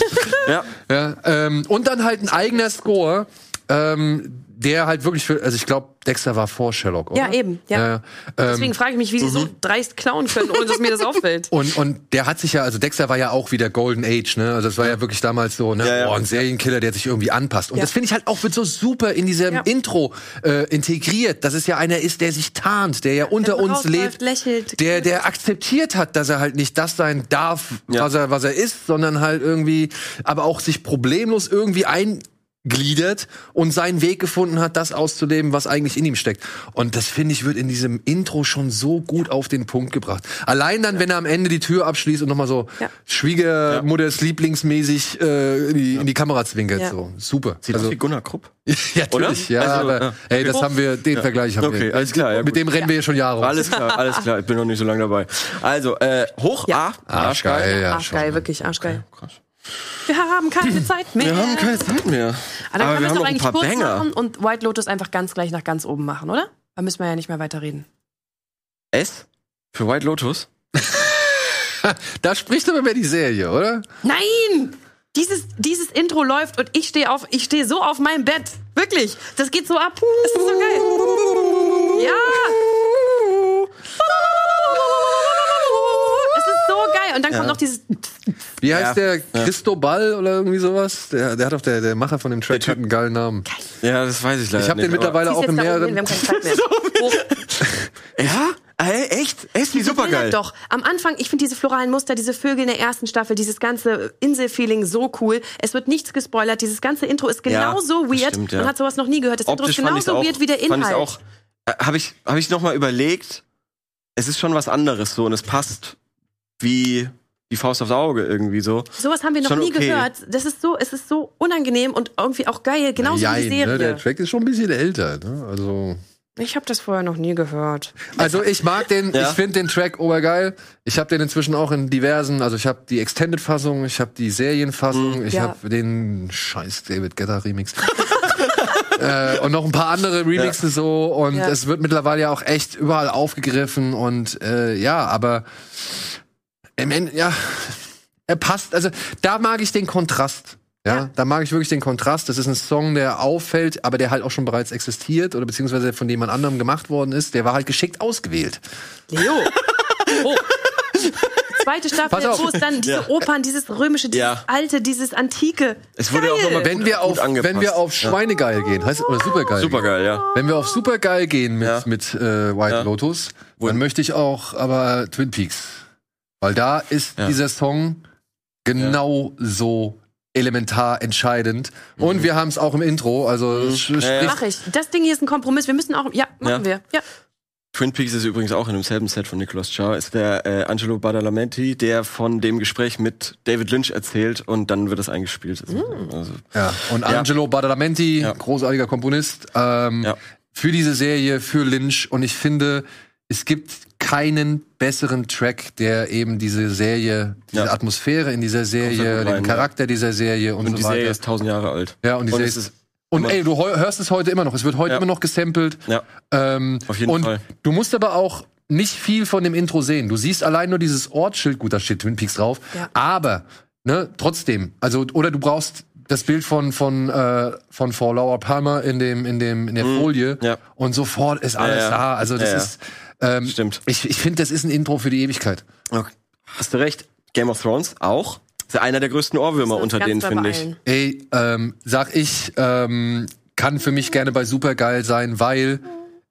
Ja.
ja, ähm, und dann halt ein eigener Score, ähm, der halt wirklich für, also ich glaube, Dexter war vor Sherlock, oder?
Ja, eben, ja. Deswegen frage ich mich, wie sie so dreist klauen können, ohne dass mir das *laughs* auffällt.
Und, und der hat sich ja, also Dexter war ja auch wieder Golden Age, ne? Also das war ja wirklich damals so, ne?
Ja, ja.
Oh, ein Serienkiller, der sich irgendwie anpasst. Und
Ja.
das finde ich halt auch wird so super in diesem
Ja.
Intro äh, integriert, dass es ja einer ist, der sich tarnt, der ja unter
man
uns lebt,
rausläuft, lächelt.
der der akzeptiert hat, dass er halt nicht das sein darf, was er was er ist, sondern halt irgendwie, aber auch sich problemlos irgendwie eingliedert und seinen Weg gefunden hat, das auszuleben, was eigentlich in ihm steckt. Und das finde ich wird in diesem Intro schon so gut auf den Punkt gebracht. Allein dann, wenn er am Ende die Tür abschließt und nochmal so
Ja.
Schwiegermutters Lieblingsmäßig äh, in, die, in die Kamera zwinkert.
Ja.
So super. Also,
Sieht aus wie Gunnar Krupp.
*laughs* ja, natürlich. Ja,
Also,
aber
ja.
ey, das
Okay.
haben wir, den Vergleich haben
Okay,
wir.
alles klar, ja,
Mit
gut.
dem rennen wir ja schon Jahre. rum.
Alles klar, alles klar. Ich bin noch nicht so lange dabei. Also, äh, hoch
Ja.
A.
Arschgeil, ja,
arschgeil,
ne?
schon.
wirklich arschgeil.
Krass.
Wir haben
*laughs*
keine Zeit mehr.
Wir haben keine Zeit mehr.
Aber, dann
Aber
können
wir
wir
haben
es doch
noch ein
eigentlich
paar
kurz
Banger.
machen und White Lotus einfach ganz gleich nach ganz oben machen, oder? Da müssen wir ja nicht mehr weiterreden.
S? Für White Lotus?
Da spricht aber mehr die Serie, oder?
Nein! Dieses, dieses Intro läuft und ich stehe auf, ich stehe so auf meinem Bett. Wirklich. Das geht so ab. Das ist so geil. Ja! Es ist so geil. Und dann kommt noch dieses.
Wie heißt
Ja.
der? Cristobal oder irgendwie sowas? Der, der hat doch der, der Macher von dem Track
Typ.
hat einen geilen Namen.
Ja, das weiß ich leider
Ich habe
nicht.
den mittlerweile
Zieh's
auch in
jetzt da oben hin, wir
mehreren.
haben keine
*laughs*
Zeit mehr. Hoch.
aber- Ja? Ey, echt? S wie supergeil.
Bilder halt Doch, am Anfang, ich finde diese floralen Muster, diese Vögel in der ersten Staffel, dieses ganze Inselfeeling so cool. Es wird nichts gespoilert. Dieses ganze Intro ist
Ja,
genauso
das
weird.
stimmt, ja.
Man hat sowas noch nie gehört. Das
Optisch
Intro
fand
ist
ich
genauso
auch.
weird wie der
Fand
Inhalt.
ich auch. Habe ich, hab ich nochmal überlegt. Es ist schon was anderes so und es passt wie die Faust aufs Auge irgendwie so.
Sowas haben wir noch
Schon
nie
okay.
gehört. Das ist so, es ist so unangenehm und irgendwie auch geil, genauso wie die
Jein, ne?
Serie.
Der Track ist schon ein bisschen älter. Ne? Also,
ich habe das vorher noch nie gehört.
also ich mag den,
Ja.
ich finde den Track obergeil. Ich habe den inzwischen auch in diversen, also ich habe die Extended-Fassung, ich habe die Serienfassung, ich
Mhm. Ja.
habe den scheiß David Guetta Remix. äh, und noch ein paar andere Remixes so und
Ja.
es wird mittlerweile ja auch echt überall aufgegriffen und äh, ja, aber im Ende, ja, er passt, also da mag ich den Kontrast. Ja, da mag ich wirklich den Kontrast. Das ist ein Song, der auffällt, aber der halt auch schon bereits existiert oder beziehungsweise von jemand anderem gemacht worden ist. Der war halt geschickt ausgewählt.
Leo. Oh. Zweite Staffel,
Pass auf.
wo es dann diese Opern, dieses römische, dieses
Ja.
alte, dieses antike.
Es wurde ja auch
Geil.
nochmal
Wenn wir auf,
angepasst.
wenn wir auf Schweinegeil gehen, heißt oder Supergeil.
Supergeil, ja.
Gehen. Wenn wir auf Supergeil gehen mit,
Ja.
mit äh, White Lotus, dann möchte ich auch aber Twin Peaks. Weil da ist
Ja.
dieser Song genau so elementar entscheidend. Und wir haben es auch im Intro, also es sch-
Mhm. Ja, ja.
spricht
Mach ich. Das Ding hier ist ein Kompromiss. Wir müssen auch. Ja, machen
Ja.
wir. Ja.
Twin Peaks ist übrigens auch in demselben Set von Nicolas Char. Ist der äh, Angelo Badalamenti, der von dem Gespräch mit David Lynch erzählt und dann wird das eingespielt.
Hm.
Also,
Ja, und Angelo Badalamenti,
Ja.
großartiger Komponist, ähm,
Ja.
für diese Serie, für Lynch. Und ich finde, es gibt keinen besseren Track, der eben diese Serie, diese
Ja.
Atmosphäre in dieser
Kommt
Serie,
da gut
den
rein,
Charakter dieser Serie und,
und
so
die
weiter.
Serie ist tausend Jahre alt.
ja, und die
und
Serie
es ist
und
immer-
ey, du heu- hörst es heute immer noch. Es wird heute
Ja.
immer noch gesampelt.
Ja.
Ähm,
Auf jeden
und
Fall.
Du musst aber auch nicht viel von dem Intro sehen. Du siehst allein nur dieses Ortsschild, gut, da steht Twin Peaks drauf,
Ja.
aber ne, trotzdem, also oder du brauchst das Bild von von äh, von Frau Laura Palmer in dem in dem in der Folie
Mhm. ja.
und sofort ist alles
ja.
da. Also das
Ja, ja.
ist ähm,
Stimmt.
Ich, ich finde, das ist ein Intro für die Ewigkeit.
Okay. Hast du recht. Game of Thrones auch. Ist ja einer der größten Ohrwürmer
Uns
unter
ganz
denen, finde
bei
ich.
beeilen.
Ey, ähm, sag ich, ähm, kann für mich gerne bei Supergeil sein, weil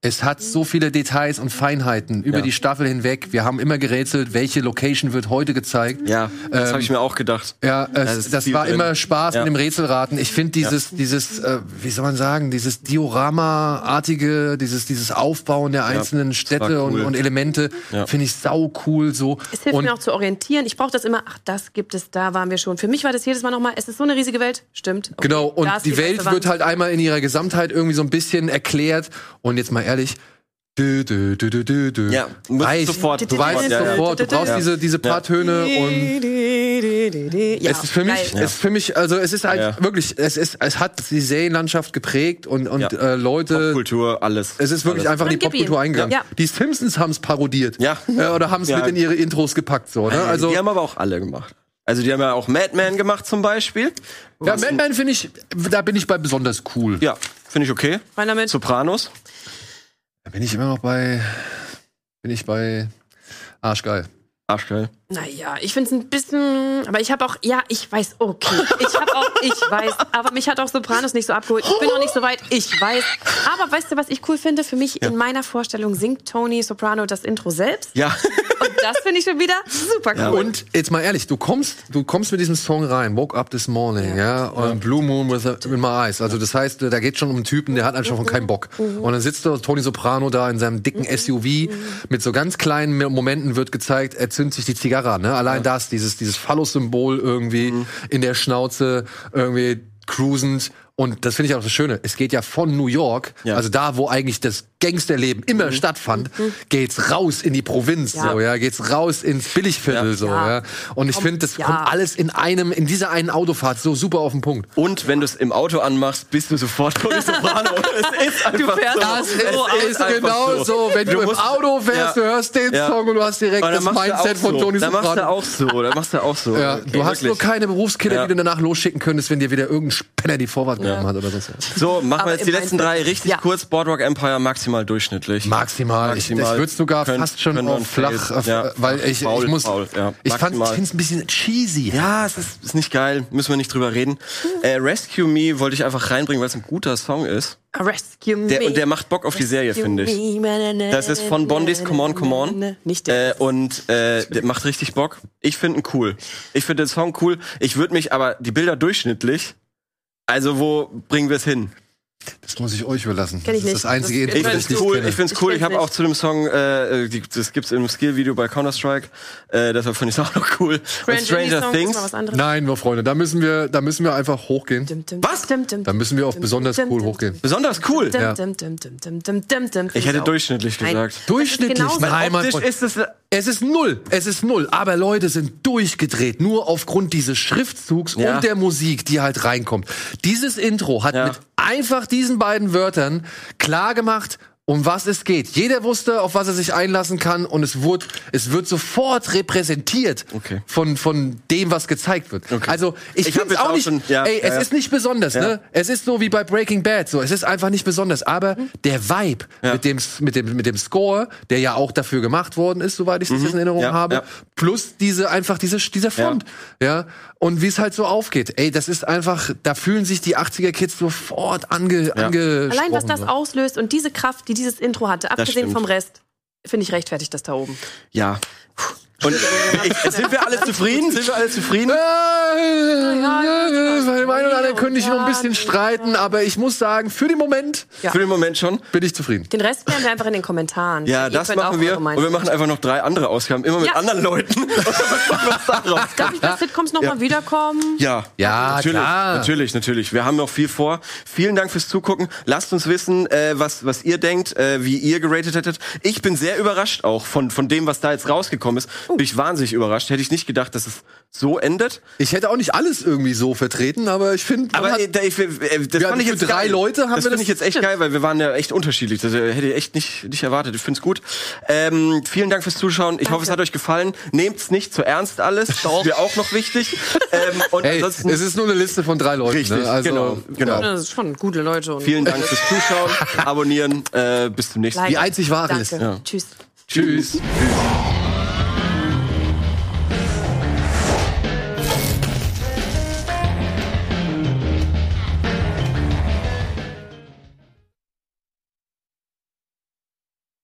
Es hat so viele Details und Feinheiten über
Ja.
die Staffel hinweg. Wir haben immer gerätselt, welche Location wird heute gezeigt.
Ja, das habe ich mir auch gedacht.
Ähm, Ja,
Da
es,
ist
das
viel
war
drin.
immer Spaß
Ja.
mit dem Rätselraten. Ich finde dieses, dieses, äh, wie soll man sagen, dieses Diorama-artige, dieses, dieses Aufbauen der einzelnen
war
Städte
cool.
und, und Elemente,
Ja.
finde ich sau cool so.
Es hilft
und
mir auch zu orientieren. Ich brauche das immer, ach, das gibt es, da waren wir schon. Für mich war das jedes Mal nochmal, es ist so eine riesige Welt. Stimmt. Okay,
Genau, und
da ist
die
erste
Welt
Wand.
wird halt einmal in ihrer Gesamtheit irgendwie so ein bisschen erklärt. Und jetzt mal ehrlich, dü, dü, dü, dü, dü, dü.
Ja, du musst
Reicht.
sofort-
Du
Ja,
weißt
ja.
sofort, du brauchst
Ja.
diese, diese paar Töne und
*laughs* Ja,
es ist für mich,
geil.
es ist für mich, also es ist halt
Ja.
wirklich, es ist, es hat die Serienlandschaft geprägt und, und
Ja.
äh, Leute,
Kultur, alles.
es ist wirklich
alles.
einfach in
Dann
die
gib ihn.
Popkultur eingegangen.
Ja.
Die Simpsons haben es parodiert.
Ja.
Äh, oder haben es
Ja.
mit in ihre Intros gepackt, so, ne? Also,
Äh, die haben aber auch alle gemacht. Also die haben ja auch Madman gemacht zum Beispiel.
ja, Batman finde ich, da bin ich bei besonders cool.
Ja, finde ich okay.
Rein damit.
Sopranos.
Da bin ich immer noch bei, bin ich bei Arschgeil.
Arschgeil.
Naja, ich find's ein bisschen. Aber ich habe auch. Ja, ich weiß, okay. Ich habe auch. Ich weiß. Aber mich hat auch Sopranos nicht so abgeholt. Ich bin noch nicht so weit. Ich weiß. Aber weißt du, was ich cool finde? Für mich in meiner Vorstellung singt Tony Soprano das Intro selbst.
Ja.
Und das finde ich schon wieder super cool.
Und jetzt mal ehrlich, du kommst, du kommst mit diesem Song rein, Woke Up This Morning, ja, und Blue Moon with, a, with My Eyes. Also das heißt, da geht schon um einen Typen, der hat einfach schon keinen Bock. Und dann sitzt da Tony Soprano da in seinem dicken SUV, mit so ganz kleinen Momenten wird gezeigt, er zündet sich die Zigarre an. Ne? Allein das, dieses, dieses Phallus-Symbol irgendwie in der Schnauze, irgendwie cruisend. Und das finde ich auch das Schöne. Es geht ja von New York,
Ja.
also da, wo eigentlich das Gangsterleben immer stattfand, geht's raus in die Provinz,
Ja.
so, ja, geht's raus ins Billigviertel, so,
Ja.
ja. Und ich finde, das
ja.
kommt alles in einem, in dieser einen Autofahrt so super auf den Punkt.
Und wenn du es im Auto anmachst, bist du sofort *laughs* Tony Soprano. es ist einfach
fährst
so.
Das
Es einfach
Genau Wenn du,
musst- Ja. Ja.
und du hast direkt
Aber dann machst du auch so. Da machst du
Soprano.
auch so. Da machst du auch so.
Ja,
Okay,
du hast
wirklich.
nur keine Berufskinder,
Ja.
die du danach losschicken könntest, wenn dir wieder irgendein Spinner die Vorwand genommen hat oder sonst was.
So, machen
Aber
wir jetzt
im
die letzten
Mindset-
drei richtig
Ja.
kurz. Boardwalk Empire maximal durchschnittlich.
Maximal. Ich, ich würde sogar
Könnt-
fast schon
können wir
auf
ein
flach,
Fail.
auf,
Ja.
weil ich,
Faul,
ich muss,
faul, ja.
ich fand, ich
Maximal.
find's ein bisschen cheesy.
Ja, es ist, ist nicht geil, müssen wir nicht drüber reden.
Mhm.
Äh, Rescue Me wollte ich einfach reinbringen, weil es ein guter Song ist.
Rescue me.
Der, und der macht Bock auf die Serie, finde ich. Das ist von Bondis Come On, Come On.
Nicht der.
Äh, und äh, der macht richtig Bock. Ich finde ihn cool. Ich finde den Song cool. Ich würde mich aber die Bilder durchschnittlich. Also wo bringen wir es hin?
Das muss ich euch überlassen.
Kenn ich
das
nicht.
ist das einzige
Das-
Intro,
Ich
das
find's
ich nicht
cool.
kenne.
Ich find's
Ich
cool. Ich,
kenn's
habe auch
nicht.
zu dem Song, äh, die, das gibt's im Skill-Video bei Counter Strike. Äh, deshalb finde ich auch noch cool.
Grand
und Stranger
Indie Song,
Things.
ist mal was anderes.
Nein, nur Freunde, da müssen wir, da müssen wir einfach hochgehen.
Dim, dim,
Was?
dim, dim,
Da müssen wir auf
dim,
besonders
dim,
cool
dim,
hochgehen.
Besonders cool.
Dim,
Ja.
dim, dim, dim, dim, dim, dim, dim.
Ich hätte
Auch.
durchschnittlich
Nein.
gesagt.
Durchschnittlich.
Das ist genauso.
Nein, mein
Optisch
Freund.
ist es
Es ist null. Es ist null. Aber Leute sind durchgedreht. Nur aufgrund dieses Schriftzugs
Ja.
und der Musik, die halt reinkommt. Dieses Intro hat
Ja.
mit einfach diesen beiden Wörtern klar gemacht, um was es geht. Jeder wusste, auf was er sich einlassen kann und es wird, es wird sofort repräsentiert
Okay.
von, von dem, was gezeigt wird. Also, ich,
Ich hab
finde es
jetzt
auch
auch
nicht,
schon- ja,
ey,
ja,
es
ja.
ist nicht besonders, ne? Es ist so wie bei Breaking Bad, so. Es ist einfach nicht besonders. Aber
Mhm.
der Vibe mit, dem, mit, dem, mit dem Score, der ja auch dafür gemacht worden ist, soweit ich das jetzt in Erinnerung
Mhm. Ja,
habe,
ja.
plus diese, einfach diese, dieser Front, ja. Und wie es halt so aufgeht. Ey, das ist einfach, da fühlen sich die 80er-Kids sofort ange,
Ja.
angesprochen.
Allein was das
so.
auslöst und diese Kraft, die dieses Intro hatte, abgesehen
stimmt.
vom Rest, finde ich rechtfertigt das da oben.
Ja. Und ich, sind wir alle zufrieden? Sind wir alle zufrieden?
Äh, Bei dem einen oder anderen könnte ich noch ein bisschen
Ja.
streiten, aber ich muss sagen, für den Moment
Ja.
Für den Moment schon.
bin ich zufrieden.
Den Rest klären wir einfach in den Kommentaren.
Ja,
Ihr
das
könnt
machen
auch
wir.
eure
Und
Meinung
wir machen einfach noch drei andere Ausgaben, immer mit
Ja.
anderen
*laughs*
Leuten. Und dann gucken, was da rauskommt.
Darf ich bei Sitcoms nochmal mal wiederkommen?
Ja,
Ja,
natürlich,
klar.
natürlich, natürlich. Wir haben noch viel vor. Vielen Dank fürs Zugucken. Lasst uns wissen, äh, was was ihr denkt, äh, wie ihr geratet hättet. Ich bin sehr überrascht auch von von dem, was da jetzt rausgekommen ist.
Oh.
Bin ich wahnsinnig überrascht. Hätte ich nicht gedacht, dass es so endet.
Ich hätte auch nicht alles irgendwie so vertreten, aber ich finde,
Aber äh, da- ich, äh, das
Ja,
fand ich
für
jetzt
drei
geil.
Leute haben
das
wir
finde
das-
ich jetzt echt geil, weil wir waren ja echt unterschiedlich. Das äh, hätte ich echt nicht nicht erwartet. Ich finde es gut. Ähm, vielen Dank fürs Zuschauen. Ich hoffe, es hat euch gefallen. Nehmt's nicht zu ernst alles. Das ist mir auch noch wichtig. ähm, und
hey, es
ansonsten
ist nur eine Liste von drei Leuten.
Richtig,
ne? also,
genau, genau.
Ja.
Das sind schon gute Leute. Und
Vielen Dank fürs Zuschauen, abonnieren, äh, bis zum nächsten Mal.
Die einzig wahre
Danke.
Liste.
Tschüss.
Tschüss.
Tschüss.